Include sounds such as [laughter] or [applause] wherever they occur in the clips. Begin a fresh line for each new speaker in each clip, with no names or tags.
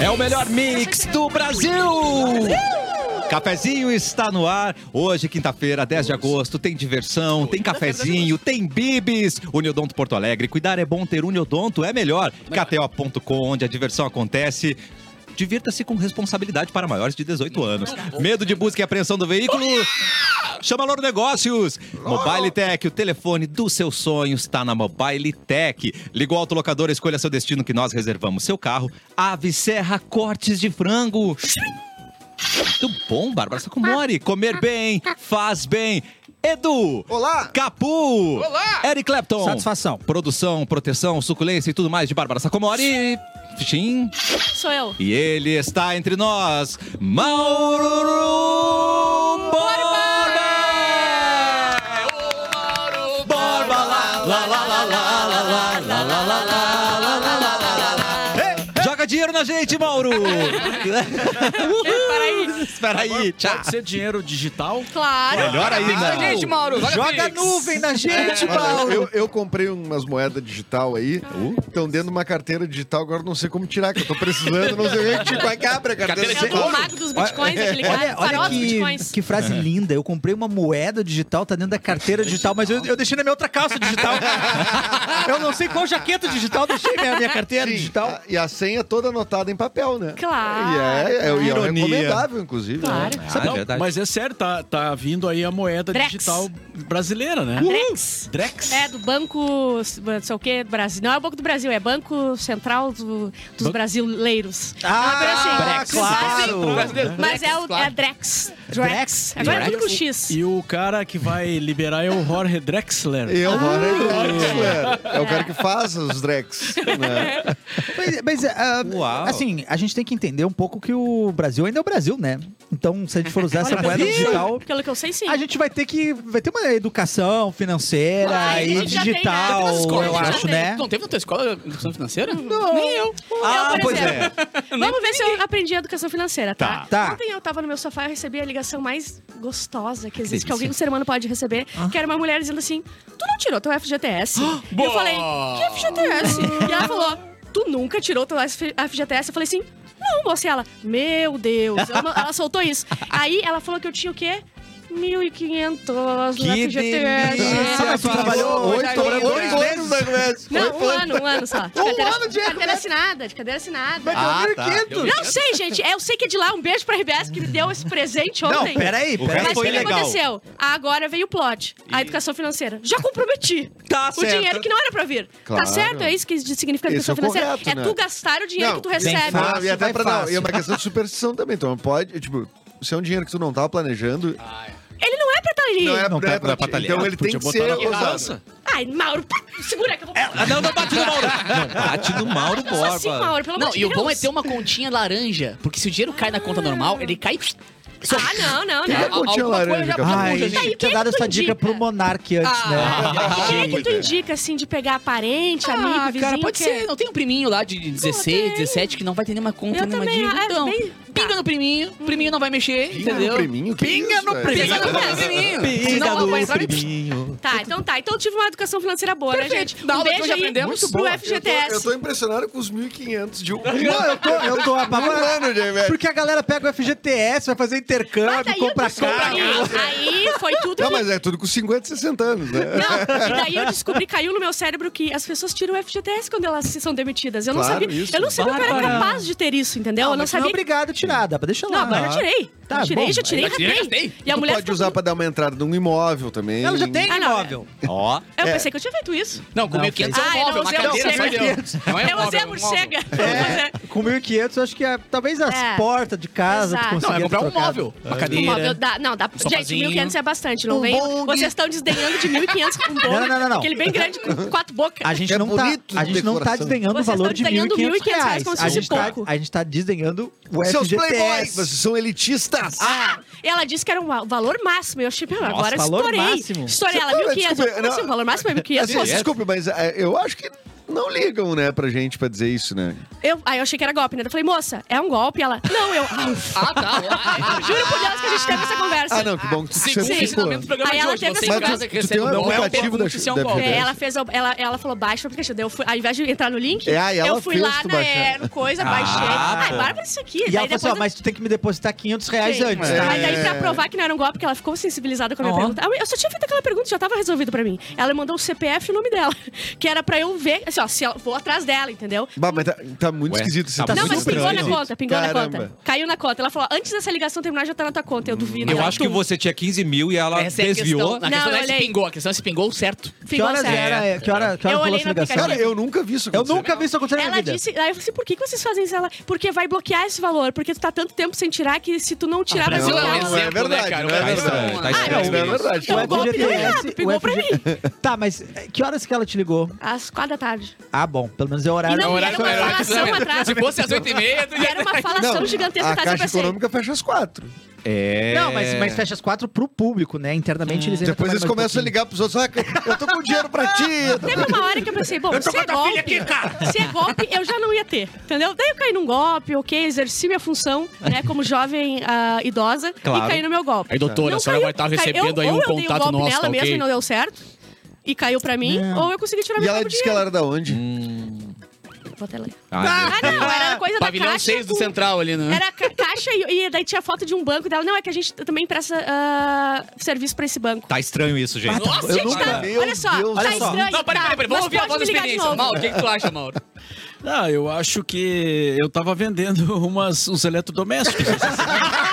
É o melhor mix do Brasil! Cafezinho está no ar. Hoje, quinta-feira, 10 de agosto, tem diversão, tem cafezinho, tem bibis. Uniodonto Porto Alegre. Cuidar é bom, ter Uniodonto é melhor. KTO.com, onde a diversão acontece. Divirta-se com responsabilidade para maiores de 18 anos. Medo de busca e apreensão do veículo? Chama Loro Negócios. Mobile Tech, o telefone do seu sonho está tá na Mobile Tech. Liga o autolocador, escolha seu destino que nós reservamos seu carro. Ave Serra Cortes de Frango. Muito bom, Bárbara Sacomori. Comer bem, faz bem. Edu!
Olá!
Capu!
Olá!
Eric Clapton!
Satisfação.
Produção, proteção, suculência e tudo mais de Bárbara Sacomori. Sim.
Sou eu.
E ele está entre nós, Mauro Borba! Borba, lá, lá, lá, lá, lá, lá, lá, lá, lá, lá, lá, lá, lá, lá, lá, lá. Ei, Joga dinheiro na gente,
[laughs]
Mauro!
Para aí.
Espera aí, tchau!
Pode ser dinheiro digital?
Claro.
Melhor ainda.
Gente, Mauro, joga,
Joga
Pix.
nuvem na gente,
É, Olha,
Paulo!
eu, eu comprei umas moedas digital aí, estão dentro de uma carteira digital, agora não sei como tirar, que eu tô precisando, não sei o que tipo, vai cabra, carteira
É
sem
o
ouro.
mago dos bitcoins, aquele
Olha,
cara.
olha
Farol dos bitcoins.
que, que
É.
frase linda. Eu comprei uma moeda digital, tá dentro da carteira digital, mas eu, eu deixei na minha outra
[laughs]
calça digital. eu não sei qual jaqueta digital deixei na minha carteira
Sim,
digital.
a- E a senha toda anotada em papel, né?
Claro.
E é, é, e é
Ironia.
recomendável, inclusive.
Claro.
né?
Ah, é verdade.
Mas é sério, tá, tá vindo aí a moeda
Drex.
digital brasileira, né?
uh!
Drex.
Drex.
É, do Banco. Não sei o que, Brasil. Não é o Banco do Brasil, é Banco Central do- dos
Ban-
Brasileiros.
Ah,
Brex,
claro.
Mas é, o, é a Drex. Drex. Agora é tudo com X.
E o cara que vai liberar é o Jorge Drexler.
Eu, moro em
Ah.
Drexler. É o cara que faz os Drex.
É.
Né?
Mas, mas, ah,
Uau.
assim, a gente tem que entender um pouco que o Brasil ainda é o Brasil, né? Então, se a gente
[laughs]
for usar essa
Olha,
moeda
pelo que eu-
digital,
Pelo que eu sei, sim.
a gente vai ter que. Vai ter uma educação financeira
Ah,
e
a gente já tem, né?
digital,
Nas escolas,
eu
já
acho,
tem.
né?
Não teve na tua escola educação financeira?
Não.
Nem eu.
Ah,
por
pois
exemplo.
é.
Vamos ver se eu aprendi a educação financeira, tá?
Tá. Tá.
Ontem eu tava no meu sofá e recebi a ligação mais gostosa que existe,
delícia.
que alguém, um ser humano, pode receber,
Ah.
que era uma mulher dizendo assim: Tu não tirou teu FGTS? e eu falei: Que FGTS? e ela falou: Tu nunca tirou teu F- FGTS? Eu falei assim. Não, moça, E ela, meu Deus, ela, ela soltou isso. Aí ela falou que eu tinha o quê? 1.500 no
Que
FGTS.
delícia,
Ah, mas tu
Paulo.
trabalhou
é Oito
oito
anos,
oito
dois
meses?
anos.
Não,
Oito
um
anos.
ano, um ano só. De
Um
cadeira,
ano de
de cadeira assinada, de cadeira assinada.
Ah,
um
tá.
Não sei, gente. É, Eu sei que é de lá. Um beijo pra RBS que me deu esse presente
Não,
ontem.
peraí,
O
peraí.
Mas o
Foi
que que
legal.
aconteceu? Agora veio o plot. A educação financeira. Já comprometi.
Tá
o
certo.
dinheiro que não era pra vir.
Claro.
Tá certo? É isso que significa
Esse é
educação
o
financeira.
correto,
é
né?
tu gastar o dinheiro que tu
tem
recebe.
fácil,
Não, e até
vai
pra não,
fácil.
e é uma questão de superstição também. Então pode, tipo, se é um dinheiro que tu não tava planejando,
Ele não é pra estar ali.
não é,
Não
não
tá
é pra,
pra batalhar.
Então ele tem
Podia
que
botar
ser
na
usado.
Ai, Mauro, pá, segura que eu vou...
Ah, Não, não bate no Mauro. Não bate no Mauro
Eu sou assim,
Borba.
Mauro, pelo amor
Não,
de
e o bom é
Deus.
ter uma continha laranja, porque se o dinheiro cai na conta normal, ele cai...
Ah, não, não,
Tem uma
não.
continha
alguma coisa
laranja,
já
cara.
Ai,
Tá,
eu
e
tinha
quem que
dado
tu
essa dica
indica?
pro Monark antes, né?
Quem é que tu indica, assim, de pegar parente, amigo,
Ah,
vizinho?
cara, pode
que- é-
ser. Não tem um priminho lá de 16, 17 que não vai ter nenhuma conta,
Eu
nenhuma
também,
dívida.
é,
Então,
bem-
pinga no priminho, o priminho não vai mexer,
Pinga
entendeu?
no priminho? Que
Pinga
isso,
no
velho?
priminho.
Pinga no priminho. Senão ela vai entrar e-
[laughs] Tá, então tá. Então eu tive uma educação financeira boa, né,
Perfeito.
gente?
Na
um
aula que
beijo
hoje
aí
aprendemos.
pro
Boa.
Eu tô,
FGTS.
eu tô impressionado com os 1.500 de um
Então,
Não, eu tô, eu
é
tô apavorado.
ano, gente, velho.
Porque a galera pega o FGTS, vai fazer
Mas
intercâmbio,
daí eu
compra
descobri.
carro.
Aí foi tudo
Não,
que...
mas é tudo com 50, 60 anos, né?
Não, e daí eu descobri, caiu no meu cérebro que as pessoas tiram o FGTS quando elas são demitidas. Eu não
Claro,
sabia.
isso.
Eu não sabia que eu era
Bárbara.
capaz de ter isso, entendeu? eu não
mas tu é
sabia.
obrigado a tirar, dá pra deixar
Não,
lá.
agora eu tirei.
Tá,
tirei,
bom,
já tirei,
mas-
ratei.
Gastei.
E a
Tu
mulher
pode
ficou
usar
com-
pra dar uma entrada num imóvel também.
Ela já tem
Ah, não,
imóvel.
Ó.
Eu pensei que eu tinha feito isso.
Não, com
Não,
1.500 é
fez. Ah,
um móvel,
eu
uma
usei a
cadeira só
morcega.
deu. Não é
eu
móvel,
usei
é
a
um móvel.
morcega.
Com 1.500, acho que é, talvez as
É.
portas de casa
Exato.
tu
Não,
consiga
é comprar um
trocar.
móvel, uma
Um móvel
cadeira.
dá, não, dá. Gente,
sofazinho.
1.500 é bastante, não
Um
vem?
bong.
Vocês estão desdenhando de 1.500 com um bolo.
Não, não, não, não.
Aquele bem grande com quatro bocas.
A gente,
É
não tá,
bonito
a gente não tá
decoração.
desdenhando o
Vocês
valor
tão
de
desdenhando
1.500
1.500
reais.
como se
A
fosse
gente, tá,
pouco.
a gente tá desdenhando o
Seus playboy,
FGTS.
vocês são elitistas.
Ah,
Ela disse que era um va- valor máximo. Eu achei, meu, agora
valor
estourei.
máximo.
Estourei ela,
Não, mas
1.500.
desculpa,
Como assim,
não.
o valor máximo é
Assim,
1.500?
desculpe, mas é, eu acho que não ligam, né, pra gente pra dizer isso, né?
Eu, aí eu achei que era golpe, né? Eu falei, moça, é um golpe? Ela, não, eu. Ah,
Ah, tá.
juro por Deus que a gente teve essa conversa.
Ah, não, que bom que tu
Segundo o
certificou.
ensinamento do programa
Aí
de
ela
hoje,
teve
você
essa-
em
Mas
casa
tu-
que
tu
recebe
tem um
não é o
aplicativo
pergunto
da-
se é um
da-
golpe.
É, ela fez. o- Ela, ela falou, baixa o aplicativo. Daí eu fui, ao invés de entrar no link,
É, aí ela
eu fui
fez
lá
tu
na
baixar. Ah, tá.
no coisa, baixei. Ai, Bárbara, isso aqui.
E
Daí
ela falou
depois
assim, ó,
eu-
mas tu tem que me depositar 500 reais
Sim.
antes,
É.
tá?
Mas daí, pra provar que não era um golpe, porque ela ficou sensibilizada com a minha
Ó.
pergunta. Ah, Eu só tinha feito aquela pergunta, já tava resolvido pra mim. Ela mandou o CPF e o nome dela, [laughs] que era pra eu ver, assim, ó, se ela, vou atrás dela, entendeu?
Bah, mas tá, tá muito
Ué,
esquisito esse
tá
não,
episódio.
mas pingou na conta, pingou na
Caramba.
conta. Caiu na conta. Ela falou, antes dessa ligação terminar, já tá na tua conta. Eu duvido.
Eu
Ela,
acho que
tum,
você tinha 15 mil e ela
Essa é a
desviou.
questão. A
Não,
questão não é
eu
se
olhei.
pingou, a questão é se pingou certo.
Que
pingou
horas
certo.
era? Que hora, que hora
Eu
rolou
olhei
essa
no
ligação?
aplicativo.
Cara, eu nunca vi isso
Eu
acontecer.
nunca vi isso acontecer na
Ela
minha vida.
disse, aí eu falei assim, por que, que vocês fazem isso? Ela, porque vai bloquear esse valor, porque tu tá tanto tempo sem tirar que se tu não tirar, vai
Brasil é um
bloquear.
exemplo,
é verdade,
né, cara?
não é
O Brasil
verdade.
um-
Tá estranho.
Ah, é um-
Não é verdade.
Então,
Não é
o golpe deu
FGTS,
errado, pingou
o
pra
FG
mim.
Tá, mas eh, que horas que ela te ligou?
Às quatro da tarde.
Ah, bom, pelo menos é
E
o horário.
não, e era
Horário
uma
horário
falação
exame.
atrás.
Se fosse às 8h30, tu
E
já
era uma falação
Não,
gigantesca
a
atrás, eu
Caixa
pensei.
Econômica fecha às quatro.
É.
Não, mas, mas fecha as quatro pro público, né? Internamente eles ainda
Depois eles
trabalham mais um
começam a ligar pros outros. Ah, eu tô com dinheiro pra ti. eu tô-
Teve uma hora que eu pensei, bom, se é golpe, se é golpe, eu já não ia ter, entendeu? Daí eu caí num golpe, ok, exerci minha função, né, como jovem ah, idosa,
Claro.
e caí no meu golpe.
Aí, doutora, a
Não
senhora
caiu-
vai
tá
estar
caiu-
recebendo aí
ou
um
eu dei
contato
golpe
nosso,
nela
tá
mesmo e
ok?
não deu certo, e caiu pra mim, tá ou eu consegui tirar
E
meu
ela
próprio
disse que ela
dinheiro.
era da onde?
Bota ela aí.
Ah,
Ah, não, era coisa da
Pavilhão
caixa.
6 do
com-
Central ali, né?
Era ca- caixa e, e daí tinha foto de um banco dela. Não, é que a gente também presta ah, serviço pra esse banco.
tá estranho isso, gente.
Nossa,
Eu
Gente,
nunca-
tá,
Meu
olha só,
Deus
tá
do céu.
estranho.
Não, peraí,
tá,
peraí, peraí. Vamos
mas
ouvir a
pode
voz
me
da
ligar de
experiência.
novo.
Mauro, o que que tu acha, Mauro?
Ah, eu acho que eu tava vendendo [laughs] umas, uns eletrodomésticos. essa semana.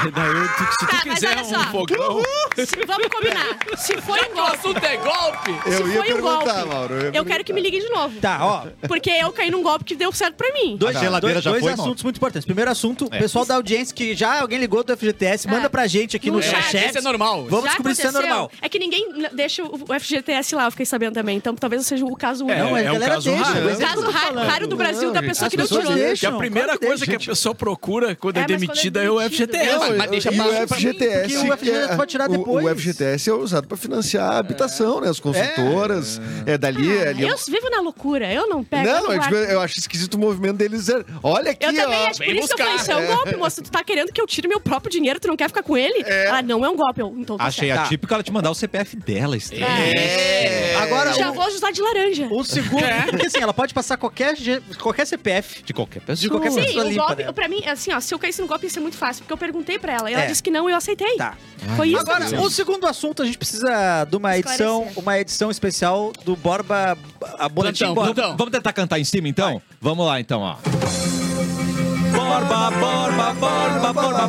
E Daí, eu- tu- se tu
Tá, mas
quiser
olha
um
só.
fogão,
Se- vamos combinar. Se foi um
O
golpe,
assunto é golpe?
se
Eu ia
foi um golpe,
perguntar, Mauro. ia
eu quero que me
perguntar.
liguem de novo.
Tá, ó.
Porque eu caí num golpe que deu certo pra mim.
Dois,
A geladeira
Tá, dois,
já
dois
foi,
assuntos
Mauro?
muito importantes. Primeiro assunto,
É.
pessoal da audiência que já alguém ligou do FGTS,
É.
manda pra gente aqui no,
No
chat.
chat,
Isso é normal.
Vamos
Já
descobrir se é
aconteceu.
normal.
É que ninguém n- deixa o o FGTS lá, eu fiquei sabendo também. Então talvez eu seja o caso único.
É,
mas
é
a
um
galera
caso
deixa,
raro.
mas
o
é isso
caso
que eu tô
raro,
falando. É
raro do Brasil
Não,
da
gente,
pessoa
as
que não
pessoas
tirou.
que a
Não,
primeira
claro que
coisa
tem,
que a
gente.
pessoa procura quando é,
É, mas quando é
demitida é o
demitido,
FGTS.
Não,
Não,
mas
eu-
deixa
e o
fácil pra mim,
FGTS,
porque o FGTS
é-
pode tirar
o-
depois.
O FGTS é usado pra financiar a habitação, né? As consultoras. É, dali, é ali.
Ah, Eu vivo na loucura, eu não pego. eu
Não,
não
eu,
guardo.
digo, eu acho esquisito o movimento deles. é, Olha aqui,
Eu também
ó.
acho, por
Vem
isso que eu falei,
buscar.
isso é um golpe, moça. Tu tá querendo que eu tire meu próprio dinheiro, tu não quer ficar com ele? Ah, não, é um golpe. Eu, então, tá
Achei
Tá.
atípico ela te mandar o CPF dela, Esther.
É.
Agora,
certo. Já
o-
vou ajudar de laranja.
o, segundo, porque assim, ela pode passar qualquer, G- qualquer CPF.
De qualquer pessoa.
De qualquer
Sim,
pessoa
o
limpa,
golpe,
né?
pra mim, assim, ó, se eu caísse no golpe ia ser muito fácil, porque eu perguntei pra ela, e ela
É.
disse que não e eu aceitei.
Tá.
Foi isso.
Agora, o segundo assunto, a gente precisa de uma edição,
né? Esclarecer.
uma edição especial do Borba a Boletim
Plantão,
Borba.
plantão.
Vamos tentar cantar em cima, então? Vamos lá, então, ó. Borba, borba, borba, borba, borba,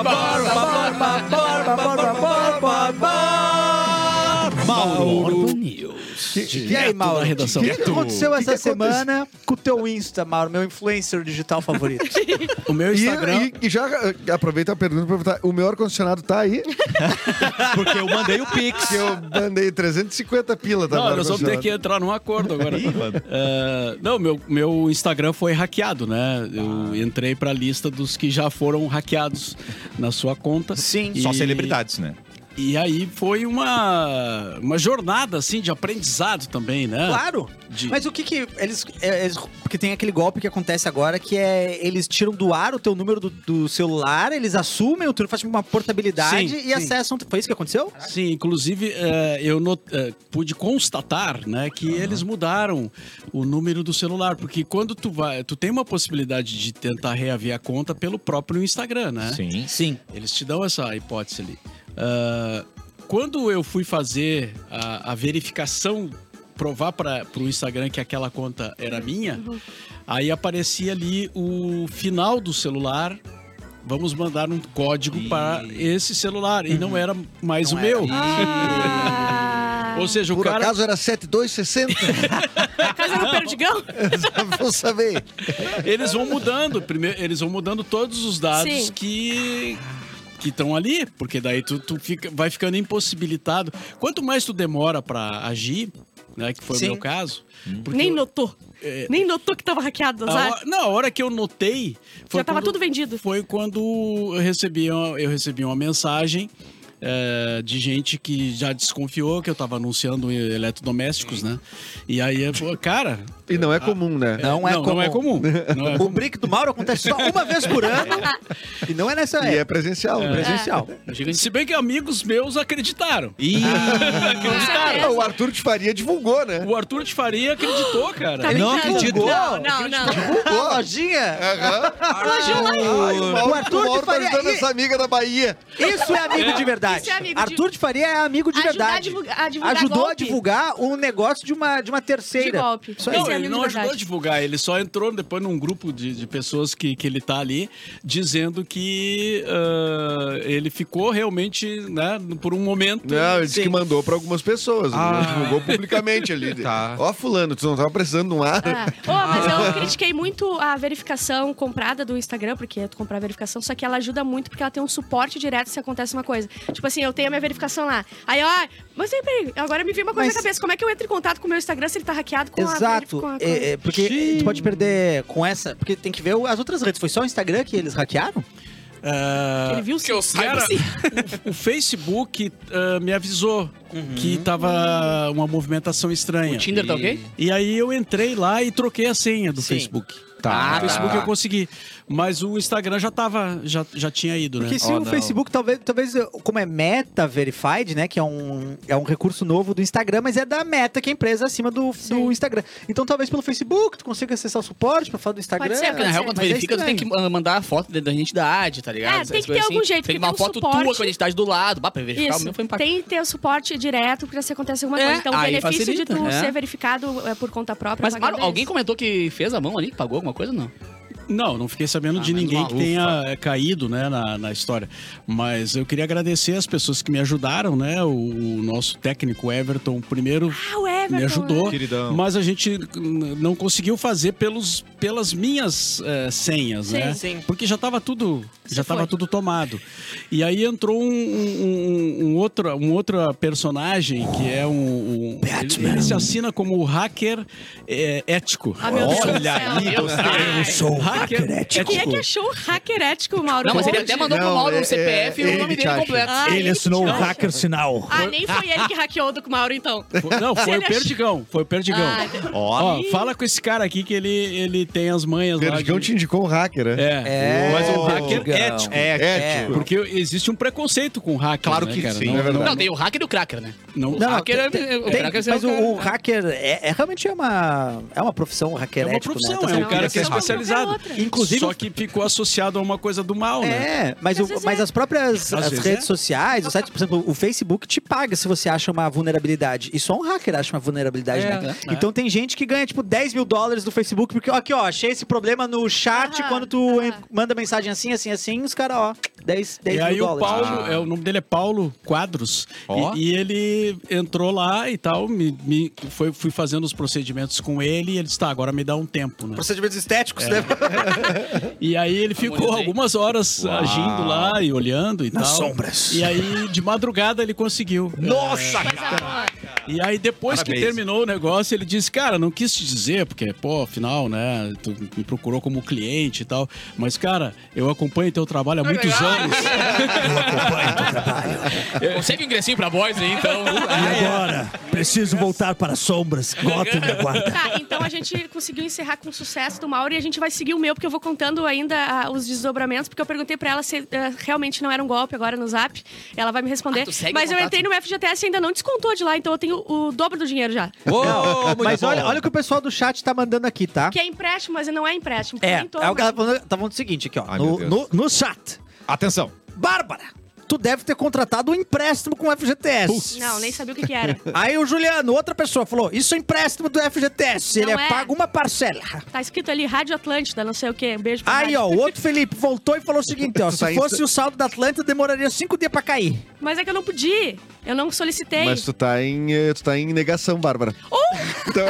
borba, borba, borba, borba, borba, borba. Mauro.
E aí, Mauro?
na redação.
O que, que
Direto.
aconteceu
que
essa
aconteceu?
semana com o teu Insta, Mauro, meu influencer digital favorito?
O meu
E,
Instagram...
e- e já eh, aproveita a pergunta pra perguntar: o meu ar-condicionado tá aí?
Porque eu mandei o Pix.
que eu mandei 350 pila, tá? no
Não, nós vamos ter
ar-condicionado.
que entrar num acordo agora. É, não, meu, meu Instagram foi hackeado, né? Eu entrei pra lista dos que já foram hackeados na sua conta.
Sim.
E-
Só celebridades, né?
E aí foi uma, uma jornada, assim, de aprendizado também, né?
Claro.
De-
Mas o que que eles, é, eles- Porque tem aquele golpe que acontece agora que é... Eles tiram do ar o teu número do, do celular, eles assumem o teu... Fazem uma portabilidade
Sim,
e
sim.
acessam... Foi isso que aconteceu?
Sim, inclusive eh, eu not- eh, pude constatar, né, que eles mudaram o número do celular, porque quando tu vai, tu tem uma possibilidade de tentar reaver a conta pelo próprio Instagram, né?
Sim.
Sim.
Eles te dão essa hipótese ali. Ah, quando eu fui fazer a, a verificação, provar para o Instagram que aquela conta era minha, aí aparecia ali o final do celular. Vamos mandar um código para esse celular. E não era mais
Uhum. Não
o
era.
é meu.
Ah,
Ou seja, o
Por
cara.
acaso era [laughs] 7260?
a casa do Perdigão?
Vou saber.
Eles vão mudando. Primeiro, eles vão mudando todos os dados
Sim.
que. Que estão ali, porque daí tu, tu fica, vai ficando impossibilitado. Quanto mais tu demora para agir, né, que foi
Sim.
o meu caso,
Hum.
porque
Nem
eu- É.
notou. Nem notou que tava hackeado,
a
azar.
hora- não, a hora que eu notei, foi
Já tava
quando- Tá
tudo vendido.
Foi quando eu recebi uma, eu recebi uma mensagem eh, de gente que já desconfiou que eu tava anunciando eletrodomésticos, né? E aí, eu, pô, cara.
E não é comum, né?
Não é
não,
comum.
não é comum.
[laughs]
Não é
O
comum.
brick do Mauro acontece só uma vez por ano. e não é nessa
E é
época.
presencial, né?
Presencial.
Eu digo,
Se bem que amigos meus acreditaram.
Ih, É.
Ah, o Arthur de Faria divulgou, né?
O Arthur de Faria acreditou, cara.
Tá
Não
brincando?
acredito.
Não, não, não.
Divulgou a É. lojinha.
Ai, o Mauro,
O Arthur
o Mauro
de
tá
Faria-
ajudando
e-
essa amiga da Bahia.
Isso é amigo de verdade.
Isso é amigo de-
Arthur de... Faria é amigo de
Ajudar
verdade.
a divulgar- a divulgar
Ajudou a
golpe.
divulgar um negócio de uma, de uma
De
terceira.
golpe.
Isso aí.
Não,
Esse é
ele
amigo
não
de
ajudou a
verdade.
divulgar, ele só entrou depois num grupo de, de pessoas que, que ele tá ali, dizendo que ah, ele ficou realmente, né, por um momento.
Não, ele disse
sem-
que mandou pra algumas pessoas.
Ah.
Ele divulgou publicamente ali.
Tá.
Ó, fulano, tu não tava precisando de um ar.
Ah. Ô, mas eu critiquei muito a verificação comprada do Instagram, porque tu comprar a verificação, só que ela ajuda muito porque ela tem um suporte direto se acontece uma coisa. Tipo assim, eu tenho a minha verificação lá. Aí, ó, mas aí, peraí, agora me veio uma coisa
Mas-
na cabeça. Como é que eu entro em contato com o meu Instagram se ele tá hackeado com a
Exato.
verif- com a- com a-
É, é, porque tu pode perder com essa. Porque tem que ver o- as outras redes. Foi só o Instagram que eles hackearam?
Ah,
Ele viu
que eu saiba,
Cara,
sim.
o, o Facebook ah, me avisou que tava uma movimentação estranha.
O Tinder tá ok?
E aí eu entrei lá e troquei a senha do
Sim.
Facebook.
Tá.
O Facebook eu consegui. Mas o Instagram já tava, já, já tinha ido, né?
Porque se
Oh,
o
não.
Facebook, talvez, talvez, como é Meta Verified, né? Que é um, é um recurso novo do Instagram, mas é da Meta, que é a empresa acima do, do Instagram. Então talvez pelo Facebook tu consiga acessar o suporte pra falar do Instagram.
ser,
Porque na real, quando
Mas é
verifica, tu tem que
estranho.
ah, mandar a foto da da identidade, tá ligado?
É,
Essas
tem que
coisas
ter algum jeito,
Tem que
porque
uma
tem um
foto tua
suporte.
com a identidade do lado. Bah, pra verificar, o
Isso,
meu foi impactado.
tem que ter o suporte direto pra se acontecer alguma
É,
coisa. Então, o
aí
benefício
facilita,
de tu
é.
ser verificado é, por conta própria.
Mas,
pagando
Mauro, alguém
isso.
comentou que fez a mão ali, que pagou alguma coisa ou não?
Não, não fiquei sabendo
Ah,
de
mas
ninguém
uma
que tenha eh, caído né, na, na história. Mas eu queria agradecer as pessoas que me ajudaram, né? O, o nosso técnico Everton, primeiro,
Ah, o Everton.
me ajudou.
Queridão.
Mas a gente n- não conseguiu fazer pelos, pelas minhas eh, senhas,
Sim,
né?
sim.
Porque já estava tudo,
Você
já tava
foi.
tudo tomado. E aí entrou um, um, um- um outro, um outro personagem que é um, um- ele, ele se assina como o hacker eh, ético.
Ah, meu Deus do
Olha
céu.
aí, gostei.
Eu
sou um hacker, ético.
Quem é que achou o hacker ético, Mauro?
Não, mas ele
Onde?
até mandou pro
Não,
Mauro
é-
o CPF e
é-
o nome
ele
dele
te
completo.
acha. Ah,
Ele
ele
assinou
um
que
o
te acha.
hacker sinal.
Ah, nem foi ele que hackeou do Mauro, então.
Foi- Não, foi o Perdigão. Foi o Perdigão.
Ah,
Ó, fala com esse cara aqui que ele, ele tem as manhas
Perdigão
lá. de-
te indicou um hacker, né?
É,
É,
mas um hacker
Perdigão.
ético.
É, tipo,
Porque existe um preconceito com hacker.
Claro
né,
que
cara?
sim.
Não,
É verdade.
Não, tem o hacker e o cracker, né?
não,
Não,
hacker é-
tem-
é- o
tem,
hacker é
mas o,
o-
o hacker é, é realmente é uma, é uma profissão, o hacker
é uma
ético,
profissão,
né? Tá
é um
certo.
cara que é
Como qualquer
especializado.
outra.
Inclusive-
Só que ficou associado a uma coisa do mal, né?
É, mas, o-
Às vezes
mas
é.
as próprias
Às
as
vezes
redes
é.
sociais, o site, por exemplo, o Facebook te paga se você acha uma vulnerabilidade. E só um hacker acha uma vulnerabilidade,
É,
né?
né?
Então tem gente que ganha, tipo, 10 mil dólares do Facebook, porque, ó, aqui, ó, achei esse problema no chat,
Aham,
quando tu
aham.
en- manda mensagem assim, assim, assim, os caras, ó, 10, 10
E
mil
aí o
dólares.
Paulo, é, o nome dele é Paulo Quadros,
Ó.
e, e ele entrou lá e tal, me, me- foi, fui fazendo os procedimentos com ele, e ele disse, tá, agora me dá um tempo, né?
Procedimentos estéticos, né?
E aí ele ficou
Harmonizei.
algumas horas
Uau.
agindo lá e olhando e
Nas
tal.
sombras.
E aí, de madrugada, ele conseguiu.
Nossa,
E aí, depois
Parabéns.
que terminou o negócio, ele disse, cara, não quis te dizer, porque, pô, afinal, né, tu me procurou como cliente e tal. Mas, cara, eu acompanho teu trabalho há
Tá
muitos
[laughs]
anos.
Consegue um ingressinho pra boys aí, então.
E agora, preciso voltar para as sombras. Gotham me aguarda.
Tá, então a gente conseguiu encerrar com sucesso do Mauro e a gente vai seguir o meu, porque eu vou contando ainda ah, os desdobramentos, porque eu perguntei pra ela se ah, realmente não era um golpe agora no zap. Ela vai me responder.
Ah, tu segue
Mas
o
eu
contato?
entrei no FGTS e ainda não descontou de lá, então eu tenho o dobro do dinheiro já.
Uou, muito
Mas
bom.
olha, olha o que o pessoal do chat tá mandando aqui, tá?
Que é empréstimo, mas não é empréstimo. porque
É, é
nem
o
todo-
que ela tá falando, tá falando o seguinte aqui, ó,
Ai,
no,
meu Deus.
no, no chat.
Atenção.
Bárbara, tu deve ter contratado um empréstimo com o FGTS.
Não, nem sabia o que, que era.
Aí o Juliano, outra pessoa, falou: Isso é empréstimo do FGTS, ele
Não
é
é.
pago uma parcela.
Tá escrito ali Rádio Atlântida, não sei o quê. Um beijo pra
Aí,
rádio.
ó, o
[laughs]
outro Felipe voltou e falou o seguinte: ó,
Tá
se
em-
fosse o saldo da Atlântida, demoraria cinco dias
[laughs]
pra cair.
Mas é que eu não podia. Eu não solicitei. Oh!
Mas tu tá em, eh, tu tá em negação, Bárbara. Então,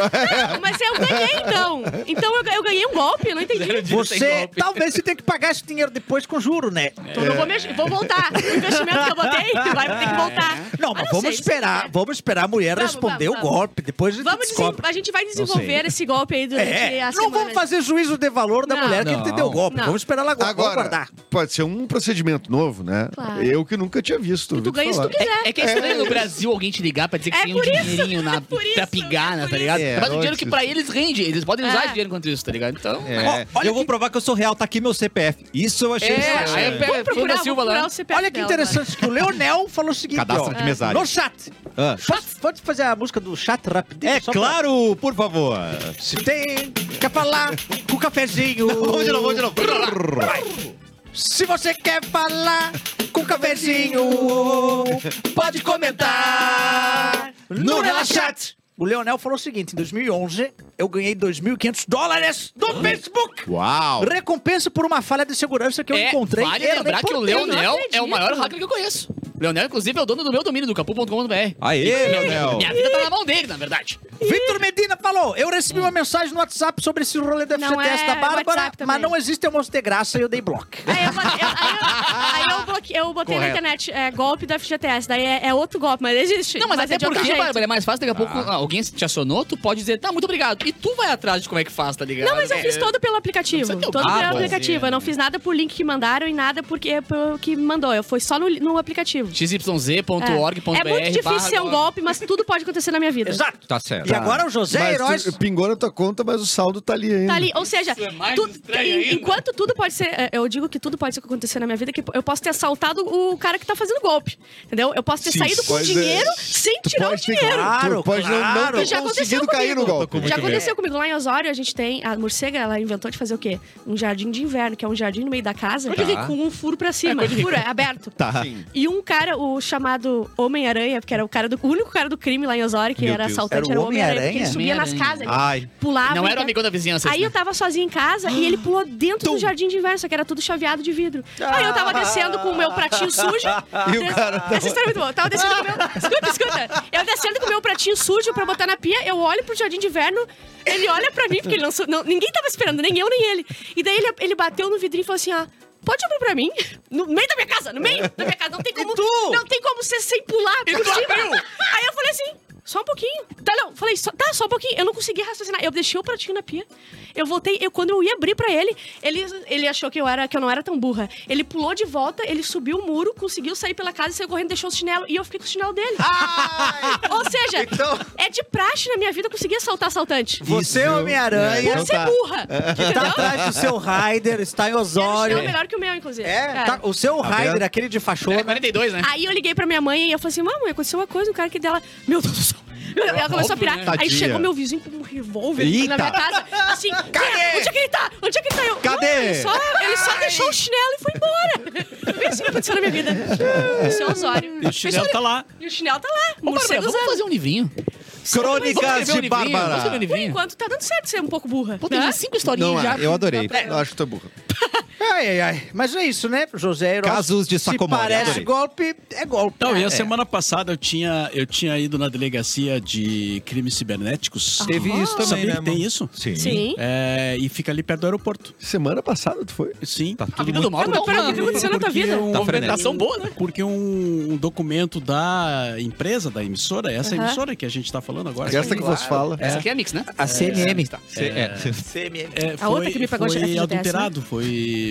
Não, mas eu ganhei, então. Então eu, ga- eu ganhei um golpe, eu não entendi.
Você talvez você tenha que pagar
É.
esse dinheiro depois com juro, né?
é.
Então eu vou, me- vou voltar. O investimento que eu botei [laughs] vai ter que voltar.
Não,
Ah,
mas
não
vamos
sei,
esperar,
se-
vamos esperar a mulher
Vamos,
responder
vamos,
o
vamos.
golpe, depois a gente
Vamos desen-
descobre.
A gente vai desenvolver esse golpe aí durante
É,
a
não
semana.
vamos fazer juízo de valor da
Não.
mulher que
Não.
entendeu o golpe.
Não.
Vamos esperar ela agora, vamos
Agora,
aguardar.
pode ser um procedimento novo, né?
Claro.
Eu que nunca tinha visto.
E tu
ouvido
ganha se tu
falar.
quiser.
É que é estranho no Brasil alguém te ligar pra dizer que
É
tem um
por isso,
dinheirinho na,
por isso,
pra pigar,
é
né,
por
tá ligado?
isso.
Mas o dinheiro
É,
que pra eles rende, eles podem usar
É.
esse dinheiro contra isso, tá ligado? Então.
É,
Ó, olha
eu vou provar que eu sou real, tá aqui meu CPF. Isso eu achei.
É,
estranho.
aí pega
Vamos procurar,
Flor da
vamos
Silva lá.
procurar o CPF
Olha que
dela
interessante que
né?
o Leonel falou o seguinte,
Cadastro
ó,
de mesário.
no chat.
Ah.
Posso, pode fazer a música do chat rapidinho?
É
Só pra-
claro, por favor.
Tem, quer
[laughs]
falar com o cafezinho.
Vamos de novo, Então vamos de novo.
Se você quer falar com o cafezinho, pode comentar no Relachat.
O Leonel falou o seguinte, em 2011 eu ganhei 2.500 dólares do Facebook.
Uau.
Recompensa por uma falha de segurança que eu
É,
encontrei.
Vale
e
lembrar que o
reportei.
Leonel é o
acredito.
maior hacker que eu conheço. O Leonel, inclusive, é o dono do meu domínio, do capu.com.br.
Aê, Leonel.
Minha vida tá na mão dele, na verdade.
Vitor Medina falou: Eu recebi uma mensagem no WhatsApp sobre esse rolê do
Não
FGTS
é
da Bárbara,
WhatsApp também.
mas não existe almoço de graça e eu dei bloco.
Aí eu, botei- eu- aí eu- aí eu bloqueei- eu botei na
Correto.
internet é, golpe da FGTS, daí é, é outro golpe, mas existe.
Não, mas,
é
até
de outro
porque,
jeito.
Bárbara, é mais fácil. Daqui a pouco ah, alguém te acionou, tu pode dizer, tá, muito obrigado. E tu vai atrás de como é que faz, tá ligado?
Não, mas eu fiz todo pelo aplicativo.
Não precisa ter o
Todo
cabo,
pelo
assim,
aplicativo. Eu não fiz nada por link que mandaram e nada porque pelo que mandou. Eu fui só no, no aplicativo.
xyz.org.br
É muito difícil ser um golpe, mas tudo pode acontecer na minha
É.
vida.
Exato.
Tá
E
certo.
agora o José
Mas
é Heróis.
tu- pingou na tua conta, mas o saldo tá ali ainda.
Tá ali, ou seja,
Isso é mais
tu-
estranho
en-
ainda.
enquanto tudo pode ser, é, eu digo que tudo pode ser que acontecer na minha vida, que eu posso ter assaltado o cara que tá fazendo golpe, entendeu? Eu posso ter
Sim,
saído com
pois é.
dinheiro sem
Tu
tirar o
pode ter-
dinheiro.
Claro,
tu pode não-
claro.
não,
Já
ter
aconteceu
conseguido cair no
comigo.
golpe.
Muito
Já
bem.
aconteceu comigo lá em Osório, a gente tem a morcega, ela inventou de fazer o quê? Um jardim de inverno, que é um jardim no meio da casa, com um furo pra cima, um furo é aberto.
Tá.
E um cara, o chamado Homem-Aranha, que era o cara do o único cara do crime lá em Osório, que
Meu
era
Deus.
assaltante,
Era
era
o
o Homem-Aranha,
Homem-Aranha?
porque ele subia nas
Homem-Aranha.
casas, ele
Ai.
pulava.
Não
e
era o
tal.
amigão da vizinhança.
Ah, é-
né?
Aí eu tava sozinha em casa e ele pulou dentro do jardim de inverno, só que era tudo chaveado de vidro. Aí eu tava descendo com o meu pratinho sujo.
[laughs] E o cara tava-
Essa história é muito boa. Eu tava descendo com
[laughs]
o meu. Escuta, escuta. Eu descendo com o meu pratinho sujo pra botar na pia, eu olho pro jardim de inverno, ele olha pra mim, porque ele não, sou- não- ninguém tava esperando, nem eu nem ele. E daí ele, ele bateu no vidrinho e falou assim: ah. Pode abrir pra mim? No meio da minha casa, no meio da minha casa. Não tem como. Não tem como ser sem pular. por cima. Aí eu falei assim, só um pouquinho. Tá, não. Falei, só, tá, só um pouquinho. Eu não consegui raciocinar. Eu deixei o pratinho na pia. Eu voltei, eu, quando eu ia abrir pra ele, ele, ele achou que eu, era, que eu não era tão burra. Ele pulou de volta, ele subiu o muro, conseguiu sair pela casa, saiu correndo, deixou o chinelo. E eu fiquei com o chinelo dele. Ou seja,
Então
é de praxe na minha vida eu conseguir assaltar assaltante.
Você é Homem-Aranha.
Então
Por ser burra.
que tá atrás do seu Raider, está em Osório.
Era um chinelo melhor que o meu, inclusive.
É,
É.
tá- o seu Raider, aquele de
Era
fachona.
42, né?
Aí eu liguei pra minha mãe e eu falei assim: mamãe, aconteceu uma coisa, o cara que dela. Meu Deus do céu! Ela começou a pirar.
né?
Aí
Tadinha.
chegou meu vizinho com um revólver
Eita.
na minha casa. Assim, "Ué, onde é que ele tá? Onde é que ele tá? Eu,
Cadê?
"Não, Ele só, ele só deixou o chinelo e foi embora. Foi bem assim que aconteceu na minha vida. Isso é Osório.
E o chinelo tá lá.
E o chinelo tá lá.
Ô, Bárbara,
Morcegos
vamos fazer um livrinho. Vamos
Crônicas
escrever
de
um livrinho, Vamos escrever um
Bárbara.
Por
livrinho.
enquanto, tá dando certo ser um pouco burra.
Pô,
né?
tem cinco historinhas
Não, é,
já.
eu adorei.
Tá,
Eu acho que tu é burro.
Ai, ai, ai. Mas é isso, né, José Heróis?
Casos de
Se
Sacomori,
parece
adorei.
golpe, é golpe.
Então, e a
É.
semana passada eu tinha, eu tinha ido na delegacia de crimes cibernéticos.
Teve isso também,
Sabia
né,
que tem
mano?
isso?
Sim.
Sim.
É, e fica ali perto do aeroporto.
Semana passada tu foi?
Sim.
Tá
A
tudo
vida do mal tá
Não, pera, o que
uma
aconteceu na tua
Porque
vida?
um
Tá
movimento-
ação boa, né?
Porque um, um documento da empresa, da emissora, essa
Aham.
emissora que a gente tá falando agora.
Essa que você fala.
Essa aqui é a Mix, né?
A CNM.
Tá.
Cê- é,
CMM.
É,
A outra que me pagou
foi
a FGTS, né?
adulterado, foi...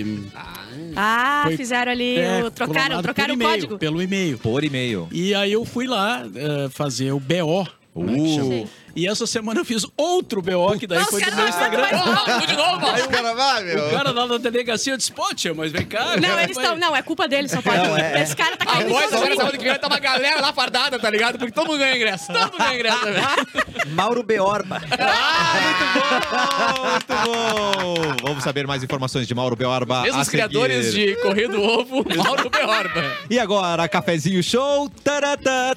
Ah,
Foi-
fizeram ali.
é,
o- trocaram
clonado
trocaram o
por e-mail,
código.
Pelo e-mail.
Por e-mail.
E aí eu fui lá eh, fazer o BO. né, que
Uh.
chama.
Sim.
E essa semana eu fiz outro BO, que daí
Nossa,
foi do
cara,
meu
não aguento
Instagram.
mais.
Ó, de novo, ó.
Os caras vai,
O
meu.
cara lá da delegacia, eu disse, pô, tia, mas vem cá.
Não,
cara,
eles
vai."
estão. Não, é culpa deles, só pode. Esse cara tá
A
caindo. em
voz
todo
agora
mundo.
semana que vem tá uma galera lá fardada, tá ligado? Porque todo mundo ganha ingresso. Todo mundo ganha ingresso. né? velho.
Ah,
Mauro Beorba.
Muito Ah, bom! Vamos saber mais informações de Mauro Beorba.
Mesmo
a
os criadores
seguir.
de Correio do Ovo, Mauro né? Beorba.
E agora, cafezinho show. Taratá,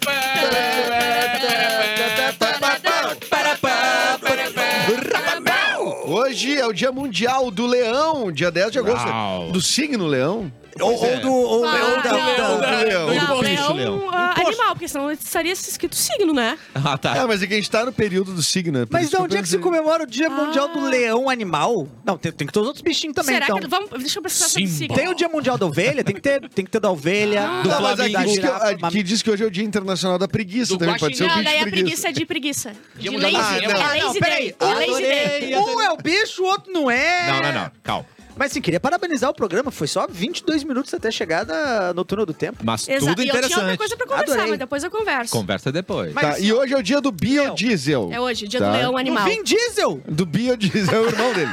Hoje é o Dia Mundial do Leão, dia 10 de agosto.
Uau.
Do signo leão.
Ou, ou do. Ou
Ah,
leão da-
não,
da-
não,
da-
leão.
Não,
Imposto,
leão,
Leão.
ah, animal, porque senão estaria escrito signo, né?
Ah,
Ah,
tá.
mas é que a gente tá no período do signo. é por
Mas
isso que
não,
eu
onde é que se
pensei.
comemora o Dia Mundial do
Ah.
Leão Animal? Não, tem, tem que ter os outros bichinhos também,
Será
então.
que. Vamos, deixa eu pensar sobre signo.
Tem o Dia Mundial da Ovelha? Tem que ter, tem que ter da ovelha, do
Tá, mas
Flamengo,
aqui
da
diz, que,
girafa,
aqui diz que hoje é o Dia Internacional da Preguiça
Do
também. Pode ser o
Não,
dia
daí
de
a preguiça é de preguiça. De
mudar
lazy. é
o tema.
Ah,
lazy
Não, peraí.
day. É lazy day.
Adorei,
Um é o bicho, o outro não é.
Não, não, não. Calma.
Mas sim, queria parabenizar o programa. Foi só 22 minutos até a chegada noturna do tempo.
Mas
Exato.
tudo
E eu tinha outra
interessante.
coisa pra conversar,
Adorei.
mas depois eu converso.
Conversa depois.
Mas-
Tá, e hoje é o dia do biodiesel.
É hoje, dia
Tá.
do leão animal.
O Vin Diesel!
Do biodiesel, é o irmão
[laughs]
dele.